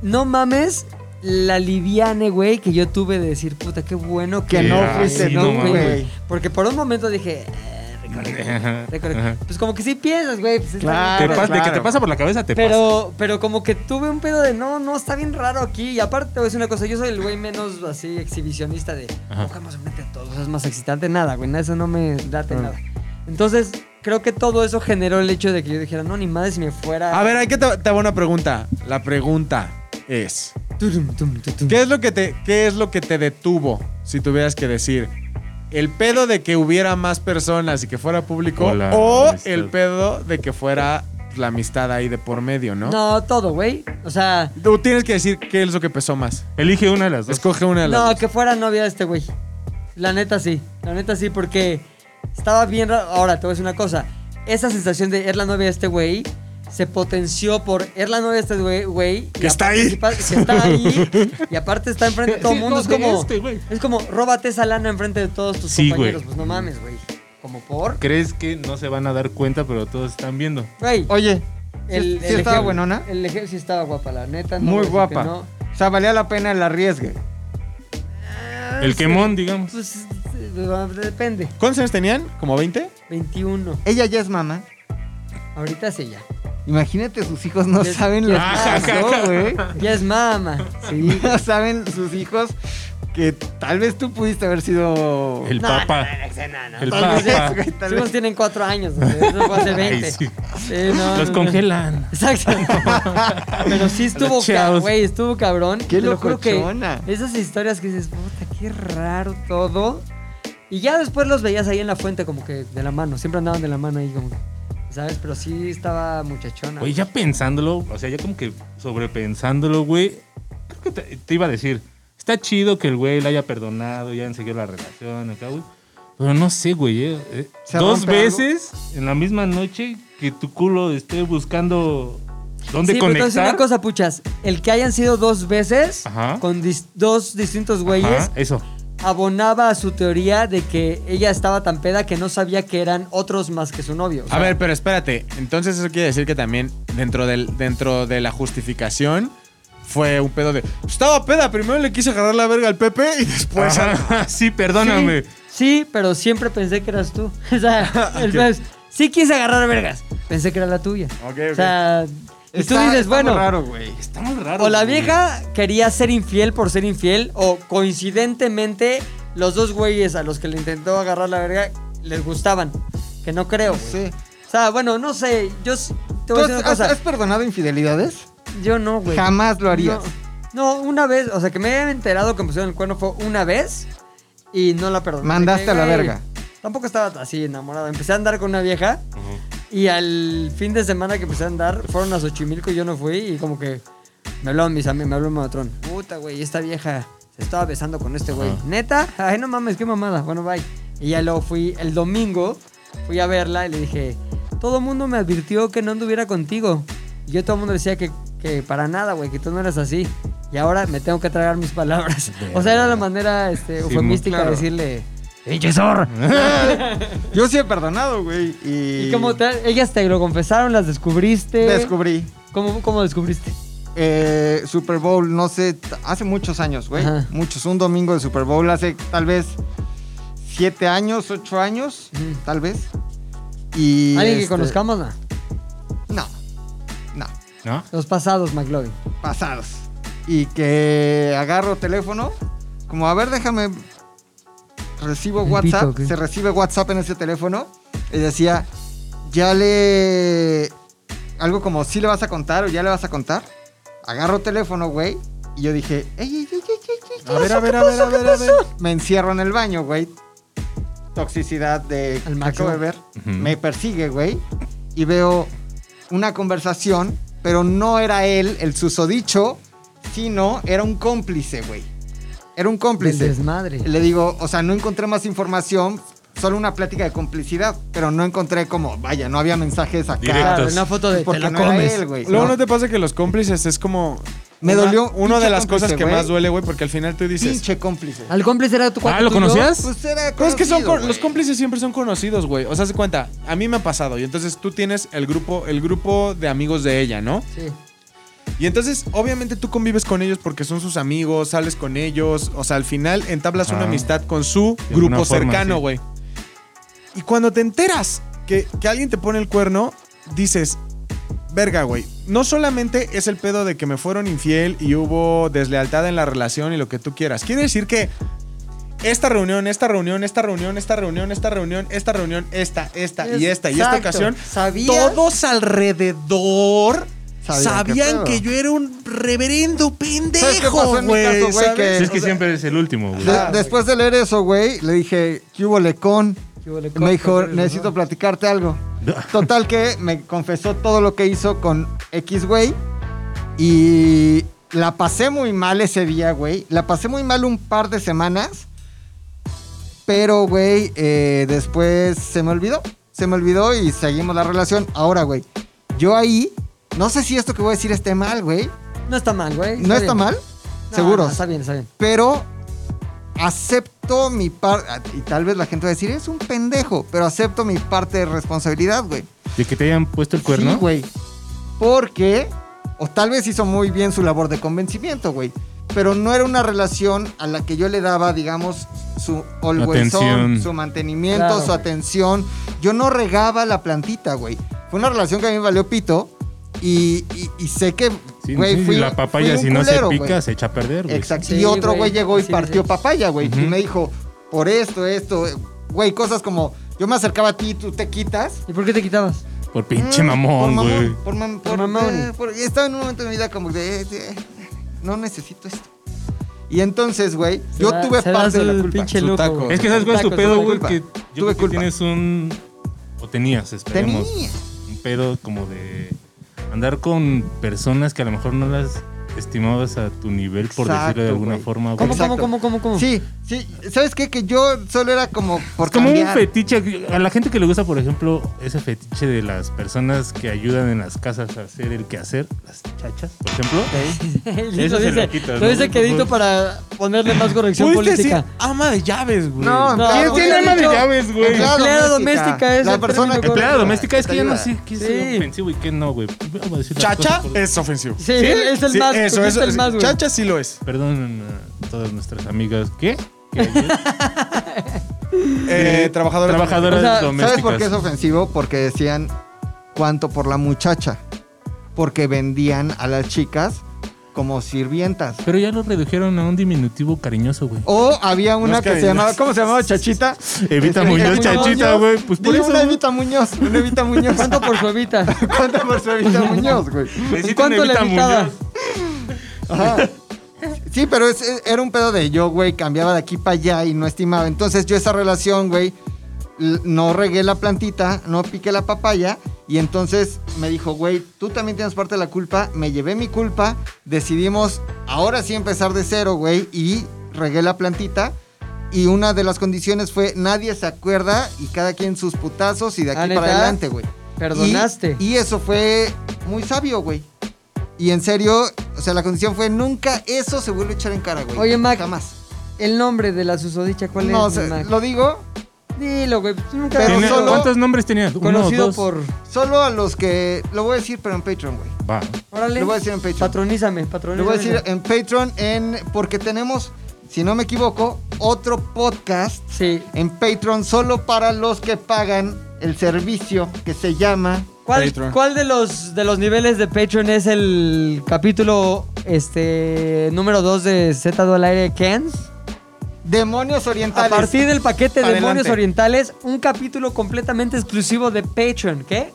No mames la liviane, güey, que yo tuve de decir, puta, qué bueno que Que no Era, fuiste, sí, no, no güey. mames. Porque por un momento dije, eh, recorre, Ajá, recorre. ajá. Pues como que sí piensas, güey. Pues, está Claro, Te bien, pas- pero- De que te pasa por la cabeza, te pasa. pero, pero como que tuve un pedo de no, no, está bien raro aquí. Y aparte, te voy a decir una cosa, yo soy el güey menos así exhibicionista de Ajá. cojamos frente a todos. Es más excitante nada, güey. nada, Eso no me date nada. Entonces, creo que todo eso generó el hecho de que yo dijera, no, ni madre si me fuera. A ver, hay que te, te hago una pregunta. La pregunta es: Turum, tum, tum, tum. ¿qué es, lo que te, ¿Qué es lo que te detuvo si tuvieras que decir? ¿El pedo de que hubiera más personas y que fuera público? O la ¿O amistad. el pedo de que fuera la amistad ahí de por medio, no? No, todo, güey. O sea, Tú tienes que decir qué es lo que pesó más. Elige una de las dos. Escoge una de las. no, dos. que fuera novia de este güey. La neta sí, la neta sí, porque estaba bien raro. Ahora, te voy a decir una cosa. Esa sensación de er la novia de este güey se potenció por er la novia de este güey- güey. Que está ahí. Que está ahí. <laughs> y aparte está enfrente de todo el Sí, mundo. no, es de como, este, güey. es como, róbate esa lana enfrente de todos tus Sí, compañeros. güey. Pues no mames, güey. Como por... ¿Crees que no se van a dar cuenta, pero todos están viendo? Güey, Oye, el, ¿sí el estaba ejem- buenona? El ejército sí estaba guapa, la neta. no muy voy a decir guapa. que no. O sea, valía la pena el arriesgue. Ah, El quemón, digamos. Pues eh, depende. ¿Cuántos años tenían? ¿Como 20? 21. Ella ya es mamá. Ahorita sí ya. Imagínate, sus hijos no Ya- saben lo que Ah, pasó, güey. Ya es mama. Sí, no saben sus hijos que tal vez tú pudiste haber sido... El No, papa. El Tal vez, papa. güey, <laughs> tal Los hijos vez. tienen cuatro años, güey. eso <laughs> fue hace Ay, 20. sí. Sí, no, Los no, congelan. no. Exacto. Pero sí estuvo, Los ca- chavos. güey, estuvo cabrón. Qué Te lo juro que locochona. Esas historias que dices, puta, qué raro todo. Y ya después los veías ahí en la fuente como que de la mano. Siempre andaban de la mano ahí como, ¿sabes? Pero sí estaba muchachona. Oye, ya pensándolo, o sea, ya como que sobrepensándolo, güey. Creo que te, te iba a decir, está chido que el güey la haya perdonado, ya han seguido la relación acá, güey. Pero no sé, güey. eh, eh, ¿Se Dos rompe algo? veces en la misma noche que tu culo esté buscando dónde sí, pero te voy a decir conectar. una cosa, puchas. El que hayan sido dos veces Ajá. con dis- dos distintos güeyes Ajá, eso. abonaba a su teoría de que ella estaba tan peda que no sabía que eran otros más que su novio. O sea, A ver, pero espérate. Entonces eso quiere decir que también dentro, del, dentro de la justificación fue un pedo de... Estaba peda, primero le quise agarrar la verga al Pepe y después... <laughs> a-". Ajá, sí, sí, perdóname. Sí, pero siempre pensé que eras tú. <laughs> O <laughs> sea, el pez, sí quise agarrar vergas. Pensé que era la tuya. Ok, O sea, y tú Está- dices, está bueno, muy raro, güey. Está muy raro. o la güey. vieja quería ser infiel por ser infiel, o coincidentemente los dos güeyes a los que le intentó agarrar la verga les gustaban. Que no creo. güey. Sí. O sea, bueno, no sé. Yo s- te ¿Tú voy a has, decir una has- cosa. has perdonado infidelidades? Yo no, güey. Jamás lo harías. No, no, una vez, o sea, que me habían enterado que me pusieron el cuerno fue una vez y no la perdoné. Mandaste Que, a la güey, verga. Tampoco estaba así enamorado. Empecé a andar con una vieja y al fin de semana que empecé a andar fueron a Xochimilco y yo no fui y como que me hablaban mis amigos, me habló mi matrón. Puta, güey, esta vieja se estaba besando con este güey. ¿Neta? Ay, no mames, qué mamada. Bueno, bye. Y ya luego fui el domingo, fui a verla y le dije, todo el mundo me advirtió que no anduviera contigo. Y yo todo el mundo decía que, que para nada, güey, que tú no eras así. Y ahora me tengo que tragar mis palabras. O sea, era la manera este, eufemística de decirle... ¡Pinche zorra! Yo sí he perdonado, güey. Y, Y como te- ellas te lo confesaron, las descubriste. Descubrí. ¿Cómo, cómo descubriste? eh, Super Bowl, no sé, t- hace muchos años, güey. Ajá. Muchos, un domingo de Super Bowl, hace tal vez siete años, ocho años, Ujú. tal vez. Y Alguien que este, conozcamos, no. No, no, ¿Ah? ¿No? Los pasados, McLovin. pasados. Y que agarro teléfono, como a ver, déjame, recibo El WhatsApp, pito, ¿o qué? se recibe WhatsApp en ese teléfono y decía, ya le... Algo como, ¿sí le vas a contar o ya le vas a contar? Agarro teléfono, güey, y yo dije, ey, ey, ey, ey, ey, ey, ¿qué A ver, pasó? a ver, a ver, a ver, a ver. Me encierro en el baño, güey. Toxicidad de... Al que máximo. acabo de ver. Ujú. Me persigue, güey. Y veo una conversación, pero no era él el susodicho, sino era un cómplice, güey. Era un Del cómplice. desmadre. Le digo, o sea, no encontré más información, solo una plática de complicidad, pero no encontré como, vaya, no había mensajes acá. Directos. Una foto de te Porque la no era comes. él, güey. Luego No. no te pasa que los cómplices es como. Me una- dolió Una pinche de las cosas cómplice, que güey. más duele, güey, porque al final tú dices. Pinche cómplice. Al cómplice era tu cuate Ah, ¿lo tuyo? conocías? Pues era Pero es que son conocido, co- los güey. cómplices siempre son conocidos, güey. O sea, se cuenta, a mí me ha pasado y entonces tú tienes el grupo el grupo de amigos de ella, ¿no? Sí. Y entonces obviamente tú convives con ellos porque son sus amigos, sales con ellos, o sea, al final entablas una Ah. amistad con su De grupo alguna forma, cercano, sí. güey. Y cuando te enteras que, que alguien te pone el cuerno, dices, verga, güey. No solamente es el pedo de que me fueron infiel y hubo deslealtad en la relación y lo que tú quieras. Quiere decir que esta reunión, esta reunión, esta reunión, esta reunión, esta reunión, esta reunión, esta, Ah, esta y esta y esta Exacto. ocasión, ¿Sabías? todos alrededor Sabían sabían, qué pedo. que yo era un reverendo ¿Sabes qué pasó pendejo, en mi caso, güey. güey? ¿sabes? Que- Sí, es o que sea, siempre es el último, güey. de- después de leer eso, güey, le dije, ¿qué hubo lecón? ¿Qué hubo, le Me dijo, cortas el necesito limón? platicarte algo. Total que me confesó todo lo que hizo con X, güey. Y la pasé muy mal ese día, güey. La pasé muy mal un par de semanas. Pero, güey, eh, después se me olvidó. Se me olvidó y seguimos la relación. Ahora, güey, yo ahí, no sé si esto que voy a decir esté mal, güey. No está mal, güey. ¿No está bien. mal? No, Seguro. no, está bien, está bien. Pero acepto mi parte, y tal vez la gente va a decir, es un pendejo, pero acepto mi parte de responsabilidad, güey. De que te hayan puesto el cuerno. Sí, güey. Porque, o tal vez hizo muy bien su labor de convencimiento, güey. Pero no era una relación a la que yo le daba, digamos, su always on, Atención. su mantenimiento, Claro, su güey. atención. Yo no regaba la plantita, güey. Fue una relación que a mí me valió pito. Y, y- y sé que, Sí, güey, sí, fui- la papaya, fui un si no culero, se pica, güey. se echa a perder, güey. Exacto. Sí, y otro güey güey, llegó y sí, partió sí. papaya, güey. Y Ujú. me dijo, por esto, esto. eh, Güey, cosas como, yo me acercaba a ti, tú te quitas. ¿Y por qué te quitabas? Por pinche Mm, mamón, por güey. Por, mam- Por por- mamón. eh, por- estaba en un momento de mi vida como de, eh, eh, no necesito esto. Y entonces, güey, yo Se da- tuve se da parte de la su culpa. pinche Su loco, taco. güey. Es que sabes cuál es tu Tacos, pedo, tuve güey, culpa. que yo Tuve creo que culpa. tienes un o tenías, esperemos, Tenía. un pedo como de andar con personas que a lo mejor no las estimabas a tu nivel, por Exacto, decirlo de alguna güey. forma, güey. ¿Cómo, Exacto. cómo, cómo, cómo, cómo? <laughs> Sí, sí. ¿Sabes qué? Que yo solo era como por Es como un cambiar. fetiche. A la gente que le gusta, por ejemplo, ese fetiche de las personas que ayudan en las casas a hacer el quehacer, las chachas, por ejemplo. lo Eso se dice, lo quitas, lo ¿no? dice quedito para ponerle más corrección Pudiste política. decir ama de llaves, güey. No, No, güey, ¿Quién Ah, tiene ha alma de dicho- llaves, güey? Empleada Empleada doméstica es La el persona término Empleada Eh, doméstica es que yo no ayuda. sé qué es Sí. ofensivo y qué no, güey. Vamos a decir las Chacha cosas por- es ofensivo. Sí, es el Sí, más, eso, es eso, el sí. más, güey. Chacha sí lo es. Perdón a todas nuestras amigas. ¿Qué? ¿Qué ayer? Eh, trabajadora. Trabajadoras O sea, ¿sabes domésticas. ¿Sabes por qué es ofensivo? Porque decían cuánto por la muchacha. Porque vendían a las chicas como sirvientas. Pero ya lo redujeron a un diminutivo cariñoso, güey. O había una es que, que se hay llamaba, unas- ¿cómo se llamaba Chachita? Evita Muñoz, Chachita, güey. Pues por eso. Una güey. Evita Muñoz, una Evita Muñoz. ¿Cuánto por su evita? <laughs> ¿Cuánto por su Evita Muñoz, güey? Necesitan ¿Cuánto le Evita evitabas? Muñoz. Ajá. Sí, pero es- es- era un pedo de yo, güey, cambiaba de aquí para allá y no estimaba. Entonces yo esa relación, güey, l- no regué la plantita, no piqué la papaya. Y entonces me dijo, güey, tú también tienes parte de la culpa. Me llevé mi culpa. Decidimos ahora sí empezar de cero, güey. Y regué la plantita. Y una de las condiciones fue nadie se acuerda y cada quien sus putazos y de ¿Ah, aquí neta? para adelante, güey. Perdonaste. Y, y eso fue muy sabio, güey. Y en serio, o sea, la condición fue nunca eso se vuelve a echar en cara, güey. Oye, Mac, Jamás. ¿El nombre de la susodicha cuál No, es? sé, Mac? lo digo Dilo, güey. Tú Nunca Pero Tenía- solo- ¿Cuántos nombres tenías? conocido por... Solo a los que. Lo voy a decir, pero en Patreon, güey. Va. Órale. Lo voy a decir en Patreon. Patronízame, Lo patronízame. voy a decir en Patreon, en, porque tenemos, si no me equivoco, otro podcast Sí. en Patreon solo para los que pagan el servicio que se llama. ¿Cuál, Patreon. cuál de los de los niveles de Patreon es el capítulo este número 2 de Z al aire Cans? Demonios A orientales. partir del paquete de Adelante. Demonios Orientales, un capítulo completamente exclusivo de Patreon, ¿qué?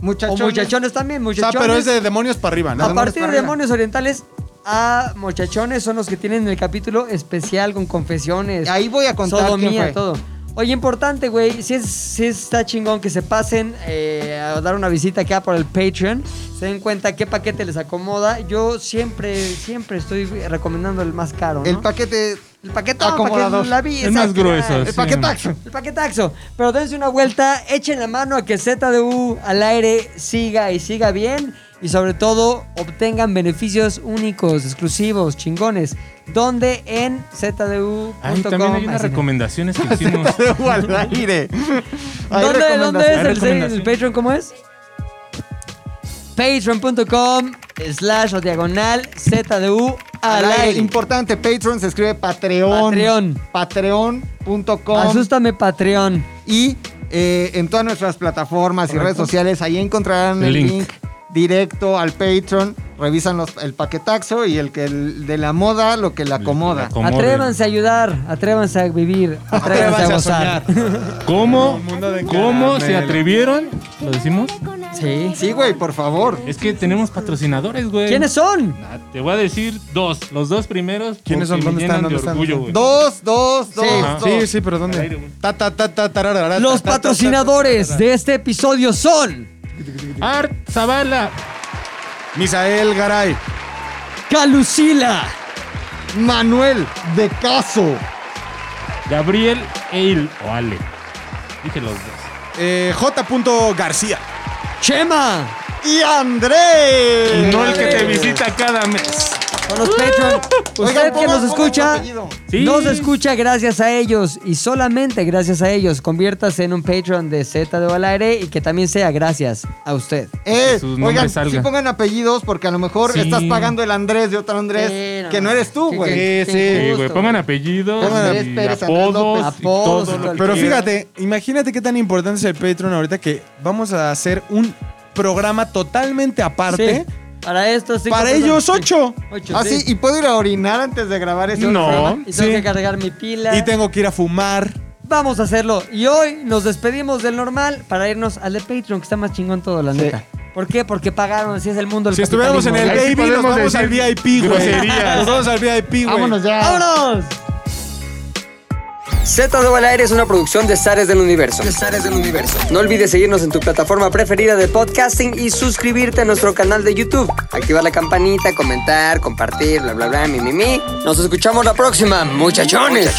Muchachones. O muchachones también, O sea, muchachones. pero es de demonios para arriba, A ¿no? Demonios partir para de arriba. Demonios Orientales a muchachones son los que tienen el capítulo especial con confesiones. Ahí voy a contar quién Sodomía, fue. todo. Oye, importante, güey. Si, es, si está chingón que se pasen eh, a dar una visita acá por el Patreon. Se den cuenta qué paquete les acomoda. Yo siempre, siempre estoy recomendando el más caro, ¿no? El paquete. el paquetón, acomodador. paquete- la vi- El más exacto. grueso. El sí. paquetaxo. El paquetaxo. Pero dense una vuelta, echen la mano a que ZDU al aire siga y siga bien. Y sobre todo, obtengan beneficios únicos, exclusivos, chingones. Donde en ZDU.com. Ahí también hay unas Así, ¿no? recomendaciones que hicimos. Debo <laughs> al aire. Hay ¿Dónde, dónde es recomendaciones. el, el Patreon? ¿Cómo es? Patreon.com slash o diagonal ZDU al aire. Importante, Patreon se escribe Patreon. Patreon. Patreon.com. Asústame Patreon. Y eh, en todas nuestras plataformas y redes sociales, ahí encontrarán el Link. link, directo al Patreon. Revisan los- el paquetaxo y el que el de la moda, lo que le acomoda. Acomoden. Atrévanse a ayudar, atrévanse a <laughs> vivir, atrévanse, a gozar. ¿Cómo, mundo de ¿cómo se caramelo. atrevieron? ¿Lo decimos? Sí. Sí, güey, por favor. Es que tenemos patrocinadores, güey. ¿Quiénes son? Ah, Te voy a decir dos. Los dos primeros. ¿Quiénes son? porque me ¿Dónde llenan están? de ¿Dónde están? orgullo, güey. Dos, dos, dos, Ajá. dos. Sí, sí, pero Al aire, güey. ¿dónde? Ta, ta, ta, ta, tararara, Los ta, ta, ta, patrocinadores de este episodio son Art Zavala. ta, ta. Misael Garay. Calucila, Manuel de Caso. Gabriel Eil o Ale. Dije los dos. eh, J. García. Chema. Y André. No el que te visita cada mes. Son <laughs> los Patreon. Usted que nos escucha, Sí. nos escucha gracias a ellos y solamente gracias a ellos. Conviértase en un Patreon de Z de Valaire y que también sea gracias a usted. Eh, Que sus nombres oigan, salgan. sí pongan apellidos porque a lo mejor Sí. estás pagando el Andrés de otro Andrés Sí, no, que no no. eres Uh, tú, Sí, güey. que- Sí, pues, que sí. Sí, injusto, güey. Pongan apellidos, Pongan Andrés y Pérez, Andrés apodos, López. y todo Apodos y lo todo el que Pero quieran. fíjate, imagínate qué tan importante es el Patreon ahorita que vamos a hacer un programa totalmente aparte. Sí, Para estos cinco Para personas, ellos, sí. ocho. Ocho, Ah, sí. sí, y puedo ir a orinar antes de grabar ese No. programa? Y tengo Sí. que cargar mi pila. Y tengo que ir a fumar. Vamos a hacerlo. Y hoy nos despedimos del normal para irnos al de Patreon, que está más chingón todo, la neta. ¿Por qué? Porque pagaron, si es el mundo el Si estuviéramos en el Ahí sí Baby, nos podemos vamos al decir VIP, güey. groserías. Nos vamos al VIP, güey. Vámonos ya. ¡Vámonos! Z2 al aire es una producción de Zares del Universo. del Universo. No olvides seguirnos en tu plataforma preferida de podcasting y suscribirte a nuestro canal de YouTube. Activar la campanita, comentar, compartir, bla, bla, bla, mi, mi, mi. Nos escuchamos la próxima, muchachones.